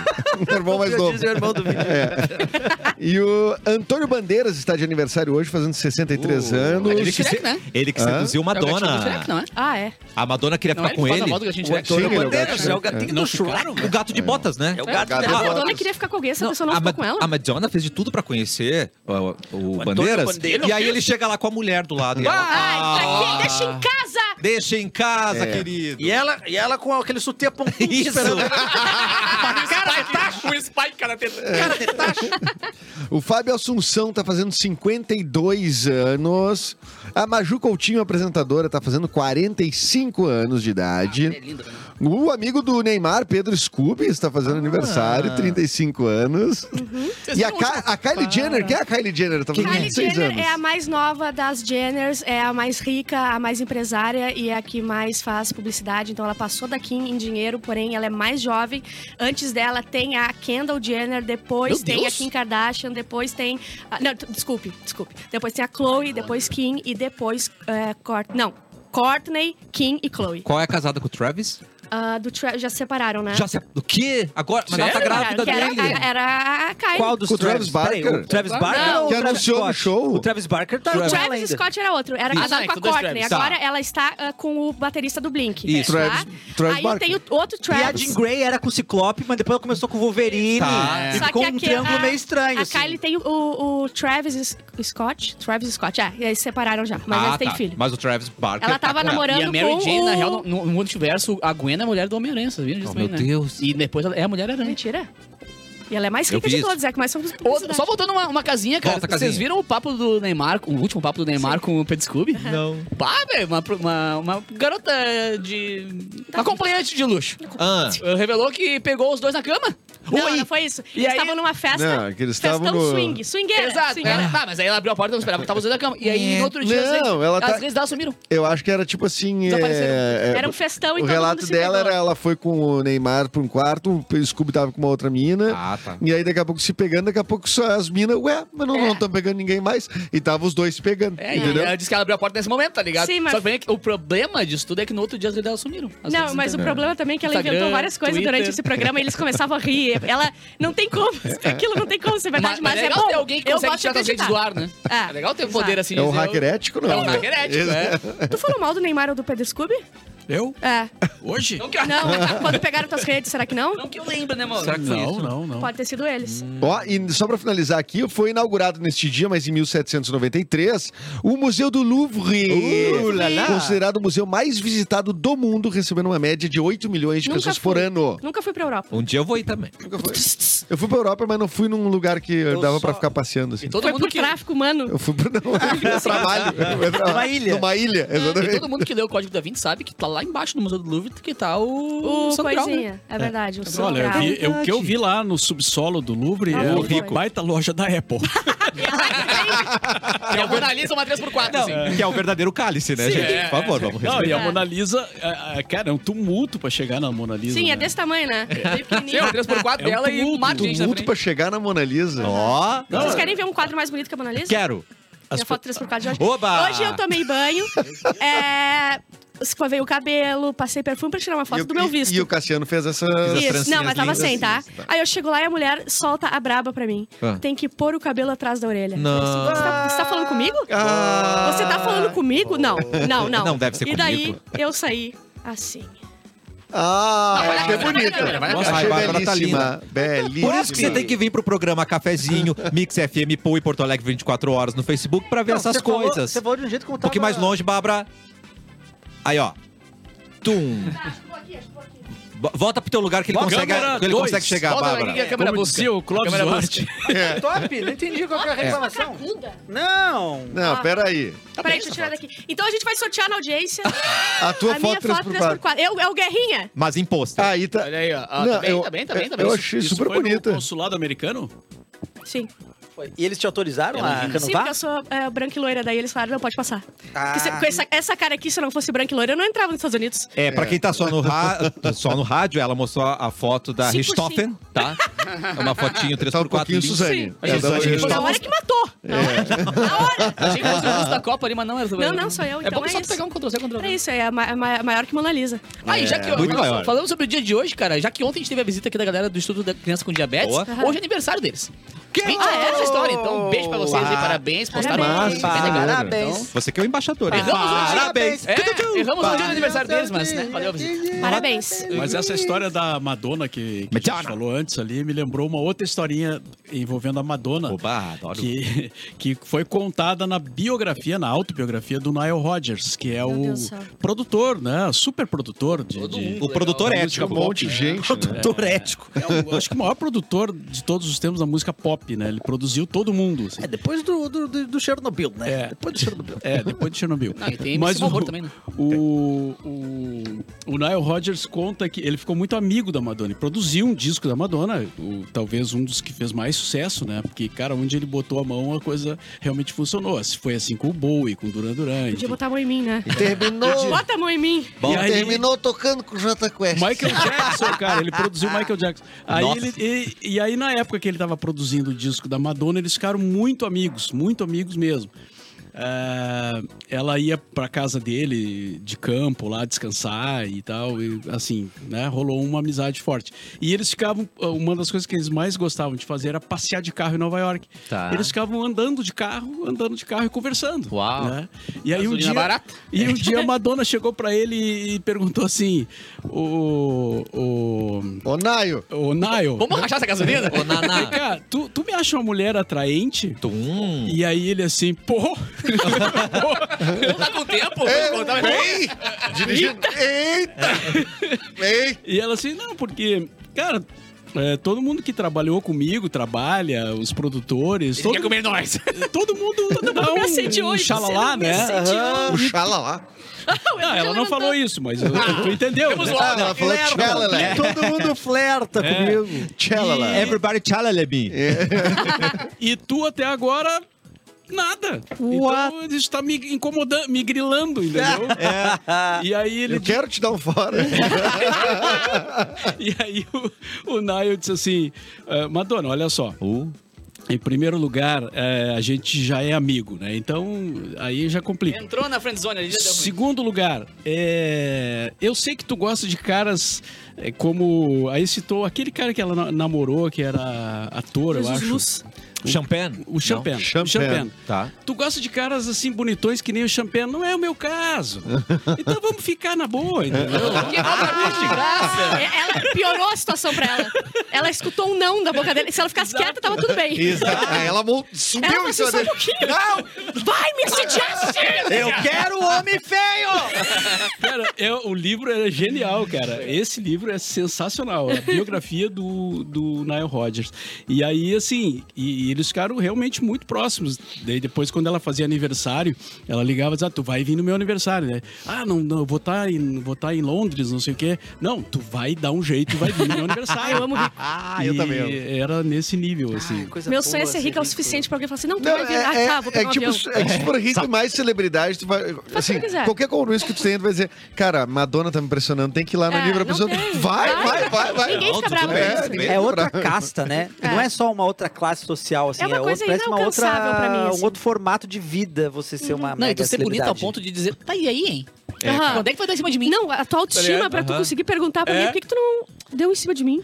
O irmão mais
Vin
novo. É.
Diesel, irmão
[laughs]
do Vin Diesel.
E o Antônio Bandeiras está de aniversário hoje, fazendo 63 anos.
Ele que Shrek, né?
Ele que
Hã?
seduziu
É o gatinho do Shrek, não
Madonna.
é?
Ah, é.
A Madonna queria
Não
ficar
é?
com
Faz a
ele.
voz do gatinho do
O
Shrek.
Sim,
Antônio
ele é o
Bandeiras,
gato,
é o gatinho
Não
do Shrek.
ficaram?
O gato de botas, né?
É o
Não,
gato
A
Ah,
Madonna
botas.
queria ficar com alguém, essa pessoa
a
não ficou
Ma-
com ela?
A Madonna fez de tudo pra conhecer ó, o,
Antônio
Bandeiras.
Bandeiras.
E aí ele chega lá com a mulher do lado. E ela, "Ah,
Ai, pra quê? Deixa em casa!
Deixa em casa,
É.
querido.
E ela, e ela com aquele sutiã
[laughs]
pontudo esperando.
Ah, tá O Spike, cara, tá tem-
O Fábio Assunção tá fazendo 52 anos. A Maju Coutinho, apresentadora, tá fazendo 45 anos de idade.
Ah,
É lindo, né?
O amigo do Neymar, Pedro Scooby, está
Ah.
fazendo aniversário, 35 anos.
Uhum.
E a, Ka- a Kylie Jenner, quem é a Kylie Jenner? Tá fazendo
Kylie
26
Jenner
anos.
é a mais nova das Jenners, é a mais rica, a mais empresária e é a que mais faz publicidade. Então ela passou da Kim em dinheiro, porém ela é mais jovem. Antes dela tem a Kendall Jenner, depois
Meu
tem
Deus!
a Kim Kardashian, depois tem. ah, Não, t- desculpe, desculpe. Depois tem a Chloe, depois Kim e depois é, Court. Não. Courtney, Kim e Chloe.
Qual é a casada com o Travis?
Ah, do Tra- já se separaram, né?
Já se... O quê? Agora? Mas ela tá
Separaram,
grávida
que era,
dele.
a- é, Era a Kylie.
Qual dos
Com o Travis
Peraí,
Barker.
o Travis Barker
Não,
ou o
que
Travis
anunciou
Scott?
no show.
O Travis Barker tá
O
com ela
Travis
ainda.
Scott era outro, era
Isso.
casado
Ah,
com
então
a
dois
Courtney.
Travis.
Agora
Tá.
ela está ah, com o baterista do Blink.
Isso.
tá?
Travis- Travis
Aí
Barker.
tem o outro
E
Travis.
a Jean Grey era com o Ciclope, mas depois ela começou com o Wolverine.
Tá.
E
Só
ficou
que
um
aqui-
triângulo
a-
meio estranho.
A
assim.
Kylie tem o, o Travis Scott. Travis Scott, é, eles separaram já, mas
Ah,
eles têm
tá.
filho.
Mas o Travis Barker.
Ela tava
tá com ela.
namorando
E a Mary
com
Jane,
o...
na real, no, no multiverso, a Gwen é a mulher do Homem-Aranha, vocês viram disso
Oh,
também,
meu
né?
Deus.
E depois ela é a mulher aranha.
Mentira. E ela é mais
Eu
rica
vi
de
isso.
todas, é que mais são
Ô, Só voltando uma, uma casinha, cara.
Volta,
Vocês
casinha.
viram o papo do Neymar, o último papo do Neymar com o Pedro Scooby?
Não.
Pá, velho, uma, uma, uma garota de. Uma acompanhante de luxo.
Ah,
Revelou que pegou os dois na cama.
Não,
Oi.
não foi isso.
E
eles
aí-
estavam numa festa.
Não, que eles
festão
estavam no-
swing. Swingueira.
Exato.
swingueira.
Ela, tá, mas aí ela abriu a porta, eu não esperava que tava os dois na cama. E aí, no outro dia,
Não,
as redes-
ela tá-
as redes dela sumiram.
Eu acho que era tipo assim.
Desapareceram.
é, é,
Era um festão e
o
todo
relato
mundo se
dela
pegou.
era ela foi com o Neymar pra um quarto, o Scooby tava com uma outra mina.
Ah, tá.
E aí daqui a pouco se pegando, daqui a pouco só as minas, ué, mas não estão pegando ninguém mais. E tava os dois se pegando.
É, e
entendeu?
ela disse que ela abriu a porta nesse momento, tá ligado?
Sim, mas-
Só que porém, o problema disso tudo é que no outro dia as redes dela sumiram. As
não,
redes
mas o
internet.
problema também é que ela
Instagram,
inventou várias coisas
Twitter.
durante esse programa e eles começavam a rir. Ela não tem
[laughs]
como, aquilo não tem como ser verdade, mas,
é
é
legal
bom.
ter alguém que
Eu
consegue
gosto de
tirar as redes
acreditar.
do ar, né?
É,
É, legal ter o poder
exato.
assim.
É um
dizer,
hacker
eu-
ético, não.
É um
né?
hacker ético, é.
Tu falou mal do Neymar ou do Pedro Scooby?
Eu?
É.
Hoje?
Não que, eu- [laughs]
Não, quando pegaram tuas redes, será que não?
não Hum, que eu lembro, né, mano?
Será que foi isso? Não, não.
Pode ter sido eles.
Ó, e só pra finalizar aqui, foi inaugurado neste dia, mas em 1793, o Museu do Louvre.
Uh, lá, lá.
Considerado o museu mais visitado do mundo, recebendo uma média de 8 milhões de
Nunca
pessoas
fui.
por ano.
Nunca fui pra Europa.
um dia eu vou ir também.
Nunca foi. Eu fui pra Europa, mas não fui num lugar que dava pra ficar passeando assim.
E todo
Foi
mundo
por
que...
tráfico humano.
Eu fui pra não, eu fui pra trabalho.
Numa ilha.
Numa ilha,
E
exatamente.
todo mundo que leu o Código da Vinci sabe que tá lá embaixo do Museu do Louvre que tá o,
O
São Grau, né?
coisinha, é verdade. O São
Olha, eu
Grau.
vi- eu- o que eu vi lá no subsolo do Louvre
Ah,
é
não,
uma
foi.
baita loja
[laughs]
da Apple.
Que é o Mona Lisa, uma 3x4, assim.
Que é o verdadeiro cálice, né, gente? Por favor,
É
vamos
Não, e
respeitar.
a Mona Lisa, é, é, cara, é um tumulto pra chegar na Mona Lisa.
Sim, é
né?
desse tamanho, né? Bem
Sim, é
pequenininho.
o 3x4
É um
dela e um
tumulto,
mar de gente na
Tumulto
frente.
pra chegar na Mona Lisa.
Ó,
Vocês querem ver um quadro mais bonito que a Mona Lisa?
quero.
Minha foto 3 por 4 de hoje.
Oba!
Hoje eu tomei
[laughs]
banho, é, escovei o cabelo, passei perfume pra tirar uma foto
E o-
do meu
e-
visto.
E o Cassiano fez essa. assim,
as
Isso,
trancinhas
não, mas tava
lindas.
sem, tá? Aí eu chego lá e a mulher solta a braba pra mim.
Ah.
Tem que pôr o cabelo atrás da orelha.
Não.
Você, tá, você tá falando comigo?
Ah.
Você tá falando comigo? Não, não, não.
Não deve ser
E daí
comigo.
eu saí assim.
Ah,
vai na
achei
câmera,
bonita.
vai na câmera.
Ai,
Achei
Bárbara tá
belíssima. Belíssima.
Por isso que você tem que vir pro programa Cafezinho, Mix FM, Pou e Porto Alegre 24 horas no Facebook pra ver
Não,
essas
você falou-
Um
coisas.
Você falou de um jeito que eu
Um pouquinho mais longe, Bárbara. Aí, ó. Tum. Tá Bo- Volta pro teu lugar que ele consegue,
Câmera
que ele
dois.
consegue chegar,
Volta
Bárbara.
daqui que a câmera
É Como
busca.
dizia o Clóvis
Câmera
Duarte.
Top, não entendi qual que é a reclamação. Não!
Não, peraí.
Peraí,
tá
deixa eu tirar daqui. Então a gente vai sortear na audiência
A tua
a minha
foto
foto 3x4.
3x4.
Eu, é o Guerrinha?
Mas imposto.
Aí tá.
Olha aí, ó. Ah,
Não,
tá bem,
eu-
tá bem, tá bem, tá bem.
eu achei
Isso
super
foi no
bonita.
consulado americano?
Sim.
E eles te autorizaram a
Sim, porque
renovar?
eu sou é, branca e loira, daí eles falaram, não, pode passar.
Ah.
Porque se- com essa, essa cara aqui, se eu não fosse branca e loira, eu não entrava nos Estados Unidos.
É, pra quem tá só no, ra- só no rádio, ela mostrou a foto da
Sim por
Richthofen, tá? É uma fotinho 3x4.
Tá um pouquinho
linda.
Suzane.
Sim.
Tá dando-
Suzane
Foi a
Richthofen.
hora que matou. Na hora. Na hora.
Achei que fosse o anúncio da Copa ali, mas não era sobre
Não, não, sou eu,
É bom
então
que
é
só tu
isso.
pegar um Ctrl-C, Ctrl-V.
É isso, é ma- ma- maior que Mona Lisa.
Aí, Ah, já que
muito
ó,
maior.
falando sobre o dia de hoje, cara, já que ontem a gente teve a visita aqui da galera do Estudo da Criança com Diabetes,
Boa.
hoje é aniversário deles. 20 anos dessa história, então um beijo pra vocês aí, parabéns, postaram
Parabéns.
isso, bem legal.
Parabéns.
Então,
Você que é o embaixador. hein?
Erramos
Ah,
hoje.
Parabéns.
É, erramos o dia do aniversário deles, mas né, valeu a visita.
Parabéns.
Mas essa história da Madonna que, que a gente
Madonna.
falou antes ali me lembrou uma outra historinha envolvendo a Madonna.
Oba, adoro.
que, que foi contada na biografia, na autobiografia do Nile Rodgers, que é
Meu
o
Deus do céu.
produtor, né? Super produtor de.
Todo
de-
mundo.
O produtor
Legal.
ético.
Um monte de
É.
gente. né?
Doutor ético.
é o- acho que o maior produtor de todos os tempos da música pop, né? Ele produziu todo mundo. assim.
É depois do, do, do, do Chernobyl, né?
É.
Depois do Chernobyl.
É, depois de Chernobyl.
Não, e tem Mas
o,
também, né?
o, o, o Nile Rodgers conta que ele ficou muito amigo da Madonna. Ele produziu um disco da Madonna, o- talvez um dos que fez mais sucesso, né? Porque, cara, onde ele botou a mão, a coisa realmente funcionou. Se Foi assim com o Bowie, com o Duran Duran.
Podia
enfim.
botar a mão em mim, né?
Terminou.
Bota a mão em mim.
Bom,
E aí-
Terminou tocando com o Jota Quest.
Michael Jackson, cara, ele produziu Michael Jackson. Aí
Nossa.
ele- e, e aí, na época que ele tava produzindo o disco da Madonna, eles ficaram muito amigos, muito amigos mesmo. Ah, ela ia pra casa dele de campo lá descansar e tal, e, assim, né? Rolou uma amizade forte. E eles ficavam, ah, uma das coisas que eles mais gostavam de fazer era passear de carro em Nova York.
Tá.
Eles ficavam andando de carro, andando de carro e conversando.
Uau.
né? E aí um
Gasolina
dia,
barata.
e um dia a Madonna chegou pra ele e perguntou assim: O. O.
Ô, Naio.
O Nile.
Vamos rachar essa gasolina?
Ô,
Vem
Naná.
cá, tu, tu me acha uma mulher atraente?
Tum.
E aí ele assim, pô. [laughs]
Não tá com tempo? Vou contar-
Ei, dirigindo. Eita! Ei!
E ela assim, não, porque, cara. é, todo mundo que trabalhou comigo, trabalha, os produtores,
Ele quer
todo,
comer nós.
[laughs] todo mundo dá
me assediou,
um, um
você
xalala,
não me
né?
assediou.
Aham.
O Xala lá.
Não, ela não
levantou.
falou isso, mas eu- tu entendeu.
Temos
né?
lá.
Ah, ela né? falou Tchala lá.
[laughs] Todo mundo flerta comigo.
Tchala lá.
Everybody challenge me.
E tu até agora. Nada. Então ele está me incomodando, me grilando, entendeu? E aí
[laughs]
ele
Eu quero te dar um
[laughs]
fora.
e aí o, o Nile disse assim: "Ah, Madonna, olha só.
Uh.
Em primeiro lugar, eh, a gente já é amigo, né? Então aí já complica.
Entrou na friend zone ali, já deu ruim.
Segundo lugar, é, eu sei que tu gosta de caras é, como. Aí citou aquele cara que ela na- namorou, que era ator, eu
Jesus
acho.
Luz.
Champagne?
O Champagne.
Não,
o
Champagne.
Tá.
Tu gosta de caras assim bonitões que nem o Champagne. Não é o meu caso. Então vamos ficar na boa, entendeu?
Que obra de graça.
É, Ela piorou a situação pra ela. Ela escutou um não da boca dele. Se ela ficasse quieta, tava tudo bem.
Exato. Aí ela mont-
Ela
subiu
falou
em
assim,
cima
só um
dele.
pouquinho. Vai me assediar, sim!
Eu quero homem feio!
Cara, é, o livro é genial, cara. Esse livro é
[laughs]
sensacional. É a biografia do, do Nile Rodgers. E aí, assim, e, e eles ficaram realmente muito próximos. Daí depois, quando ela fazia aniversário, ela ligava e dizia, ah, tu vai vir no meu aniversário, né? Ah, não, não, eu vou estar em, vou tá em Londres, não sei o quê. Não, tu vai dar um jeito e vai vir no
[laughs]
meu aniversário. eu amo
Ah, eu também amo.
Era nesse nível,
Ah,
Ah,
assim.
Meu sonho é ser rica o suficiente pra alguém falar assim, não, tu
Não,
vai vir. Ah,
é,
tá, vou
é,
pegar
é
um
tipo,
avião.
é que se for rico e mais celebridade, tu vai. Assim,
que quiser.
qualquer compromisso que tu tenha, tu vai dizer, cara, Madonna tá me impressionando, tem que ir lá no
É,
livro. A
não
pessoa,
tem.
vai, vai, vai, vai.
Ninguém fica
Alto,
bravo
tudo
com
bem.
isso.
bem
É outra
lembrado.
casta, né?
É.
Não é só uma outra classe social, assim.
É uma
outra-
coisa
parece uma outra,
inalcançável pra mim, assim. Uhum.
um outro formato de vida você ser uma
Não,
mega
e tu ser bonito
celebridade.
ao ponto de dizer, tá e aí, hein?
Aham.
Quando é que vai dar em cima de mim?
Não, a tua autoestima pra tu conseguir perguntar pra mim por que, que tu não deu em cima de mim.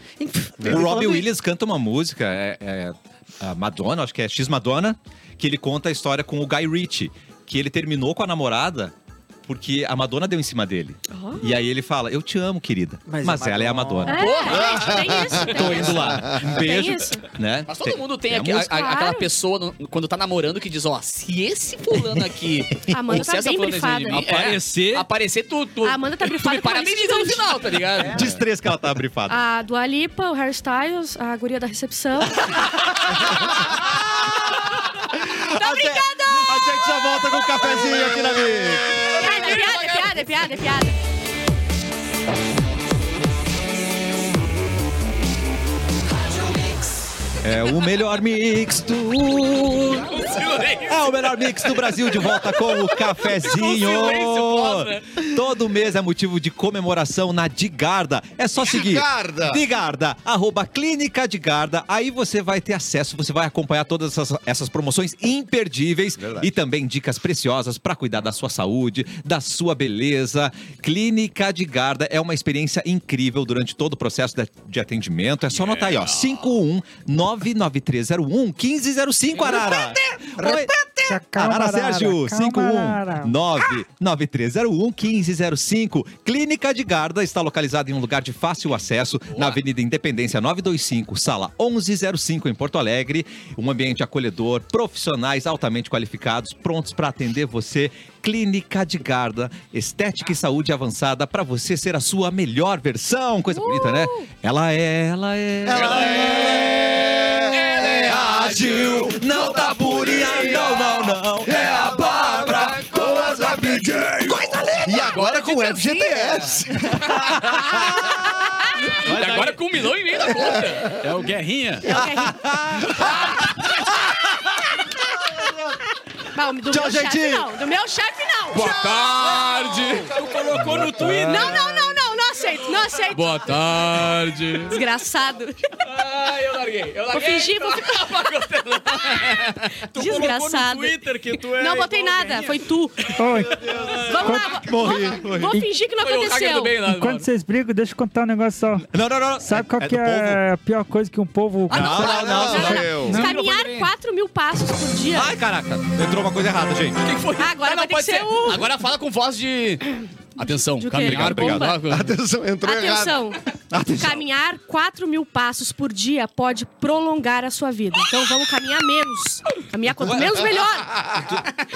O Robbie Williams canta uma música, é, é a Madonna, acho que é X Madonna, que ele conta a história com o Guy Ritchie, que ele terminou com a namorada porque a Madonna deu em cima dele.
Ah.
Oh.
E aí ele fala, eu te amo, querida. Mas,
Mas a
ela é a
Madonna.
Madonna.
É, gente, tem isso. Tem
Tô
isso.
indo lá. Um beijo.
isso.
Né?
É? Mas todo mundo tem,
a
aqua-
música.
a- a- aquela
Claro.
pessoa, no- quando tá namorando, que diz, ó, se esse fulano aqui,
A Amanda
ou
tá
se essa
bem
fulana
brifada.
de-
Aparecer.
é, aparecer, tu, tu,
A Amanda tá
tu
brifada
me
com isso
parabeniza no
gigante.
final, tá ligado?
Diz três que ela tá brifada.
A Dua Lipa, o Hairstyles, a guria da recepção.
Tá brincando!
Ah.
A gente já volta com o cafezinho aqui na Mix.
piada, é piada, é piada, é piada, é piada.
É o melhor mix
[laughs]
do É o melhor mix do Brasil de volta com o cafezinho.
silêncio pós, né?
Todo mês é motivo de comemoração na Digarda. É só seguir.
Digarda!
Digarda, arroba Clínica Digarda. Aí você vai ter acesso, você vai acompanhar todas essas, essas promoções imperdíveis
Verdade.
e também dicas preciosas para cuidar da sua saúde, da sua beleza. Clínica Digarda é uma experiência incrível durante todo o processo de- de atendimento. É só anotar aí, ó. 51 99301 1505, Arara. Oi.
Se acalma,
Arara
Arara,
Sérgio,
calma, Arara.
51993011505. Clínica de Garda está localizada em um lugar de fácil acesso na Avenida Independência 925, sala 1105 em Porto Alegre. Um ambiente acolhedor, profissionais altamente qualificados, prontos para atender você. Clínica de Garda, estética e saúde avançada para você ser a sua melhor versão. Coisa bonita, né? Ela é, ela é. Ela é ágil, não tá purinha, não, não, não. É a Bárbara com as
E agora com
é.
o FGTS.
E agora com um milhão e meio na conta.
É o Guerrinha.
É o que é Não, do
Tchau,
meu chefe
gente.
não, do meu chefe não.
Boa tarde.
Tu colocou no Twitter.
Não, não, não, não, não aceito, não aceito.
Boa tarde.
Desgraçado.
Ai, eu larguei. Eu
Vou
larguei.
fingir,
[laughs]
vou fingir.
Tu colocou
Desgraçado.
no Twitter que tu é
Não botei
igual
nada,
Guerrinha.
foi tu.
Oi,
Vamos lá, vou, vou, vou fingir que não
Foi o hacker do
aconteceu.
bem lá.
enquanto
mano.
vocês brigam, deixa eu contar um negócio só.
Não, não, não.
Sabe qual
é
que
do
é a pior coisa que um povo...
Ah,
Povo?
Ah,
Não, não, não. não.
Eu.
Caminhar 4 mil passos por dia.
Ai, caraca. Entrou uma coisa errada, gente.
O que que foi?
Ah, agora
Ah,
vai ter
pode
que ser o-
Agora fala com voz de... Atenção,
De o quê?
caminhar,
Obrigado,
bomba.
Atenção, entrou errado.
Atenção. Caminhar 4 mil passos por dia pode prolongar a sua vida. Então vamos caminhar menos. Caminhar quanto menos, melhor.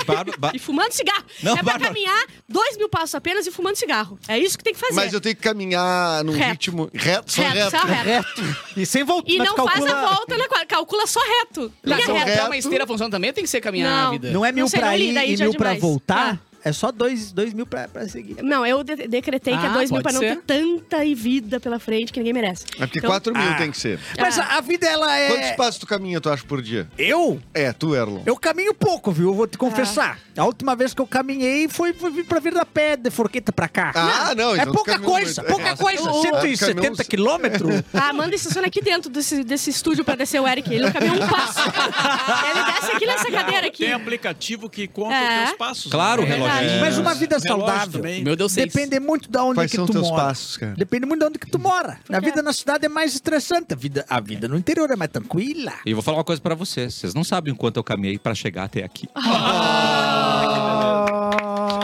Bárbara- Bá-
E fumando cigarro.
Não,
é pra
Bárbara.
caminhar 2 mil passos apenas e fumando cigarro. É isso que tem que fazer.
Mas eu tenho que caminhar num
Reto.
ritmo reto, só
Reto,
reto.
só reto.
Reto. E sem voltar.
E não faz a volta na quadra. Calcula só reto.
Tá,
Linha
então,
reta.
até uma esteira funciona também, tem que ser caminhar
Não.
na vida.
Não é mil
Não sei,
pra
não li,
ir
daí
e
já é
mil pra
demais. Ah.
voltar. É só dois, dois mil pra, pra seguir.
Não, eu de- decretei que é
Ah,
2 mil pra
pode
não
ser.
ter tanta e vida pela frente que ninguém merece.
É porque
Então,
4 mil tem que ser.
Mas a, a vida, ela é...
Quantos passos tu caminha, tu acha, por dia?
Eu?
É, tu, Erlon.
Eu caminho pouco, viu? Eu vou te confessar. A última vez que eu caminhei foi, foi pra vir da pedra, forqueta pra cá.
Ah, não,
É
então tu
pouca
caminhou
coisa,
muito.
pouca coisa.
Ah,
170
caminhou-
quilômetros?
A Amanda estaciona aqui dentro desse, desse estúdio pra descer o Eric. Ele não caminhou um passo. Ele desce aqui nessa cadeira aqui.
Tem aplicativo que conta
É.
os teus passos.
Claro, o
né?
relógio.
verdade.
Mas uma vida
Relógio
É saudável.
também.
Meu Deus, seis.
Depende muito de onde
É. Quais
que
são
tu
teus
mora.
passos, cara?
Depende muito de onde que tu mora. A
quê?
vida na cidade é mais estressante. A vida, a vida no interior é mais tranquila.
E vou falar uma coisa pra vocês. Vocês não sabem o quanto eu caminhei pra chegar até aqui.
Ah.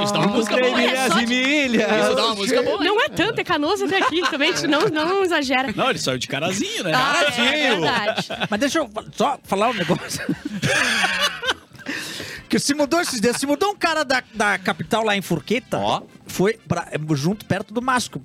Isso dá uma música boa.
bem,
Isso
milhas e
milhas.
dá uma música boa.
Não é tanto, é canoso até aqui também. a gente Não, não exagera.
Não, ele saiu de carazinho, né?
Ah, é verdade.
Mas deixa eu fa- só falar um negócio. [laughs] que se mudou esses dias. Se mudou um cara da, da capital lá em Forqueta.
Ó.
Foi pra- junto perto do Masco.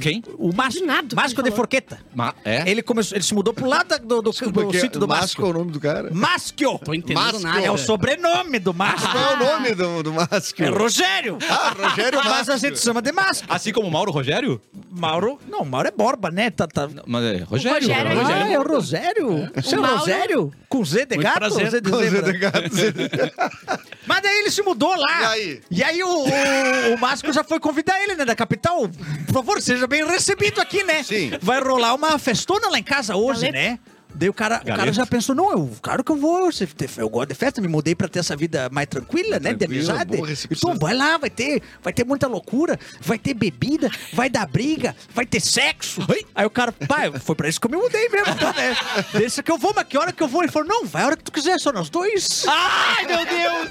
Quem?
O Masco.
Do nada,
Masco
ele
de
falou.
Forqueta.
Ma- é?
Ele, começou, ele se mudou pro lado da- do, do, do
Porque
sítio do
Masco é
Masco.
o nome do cara?
Masco!
Tô entendendo nada.
É o sobrenome do Masco.
Qual é o nome do, do Masco?
É [laughs] Rogério.
Ah, Rogério
Mas a
Masco.
gente chama de Masco.
Assim como o Mauro Rogério?
Mauro. Não, Mauro é Borba, né? Tá, tá...
Mas é Rogério.
Rogério é
Ah, é o Rogério? Seu
O Mauro-
Rogério? Com Z de
Muito
gato?
prazer.
Z de
Com
zebra.
Zé de Gato.
Mas daí ele se mudou lá.
E aí?
E aí o, o, o Masco já foi convidar ele, né, da capital. Por favor, seja bem recebido aqui, né?
Sim.
Vai rolar uma festona lá em casa hoje,
Galeta.
né? Daí o cara, o cara
Galeto.
já pensou, não, eu, claro que eu vou, eu, se- eu gosto de festa, me mudei pra ter essa vida mais tranquila, né, de
tranquila,
amizade.
boa recepção.
Então vai lá, vai ter, vai ter muita loucura, vai ter bebida, vai dar briga, vai ter sexo. Ai, Aí o cara, pai, foi pra isso que eu me mudei mesmo, então, né? Deixa que eu vou, mas que hora que eu vou? Ele falou, não, vai a hora que tu quiser, só nós dois. Ai, meu Deus!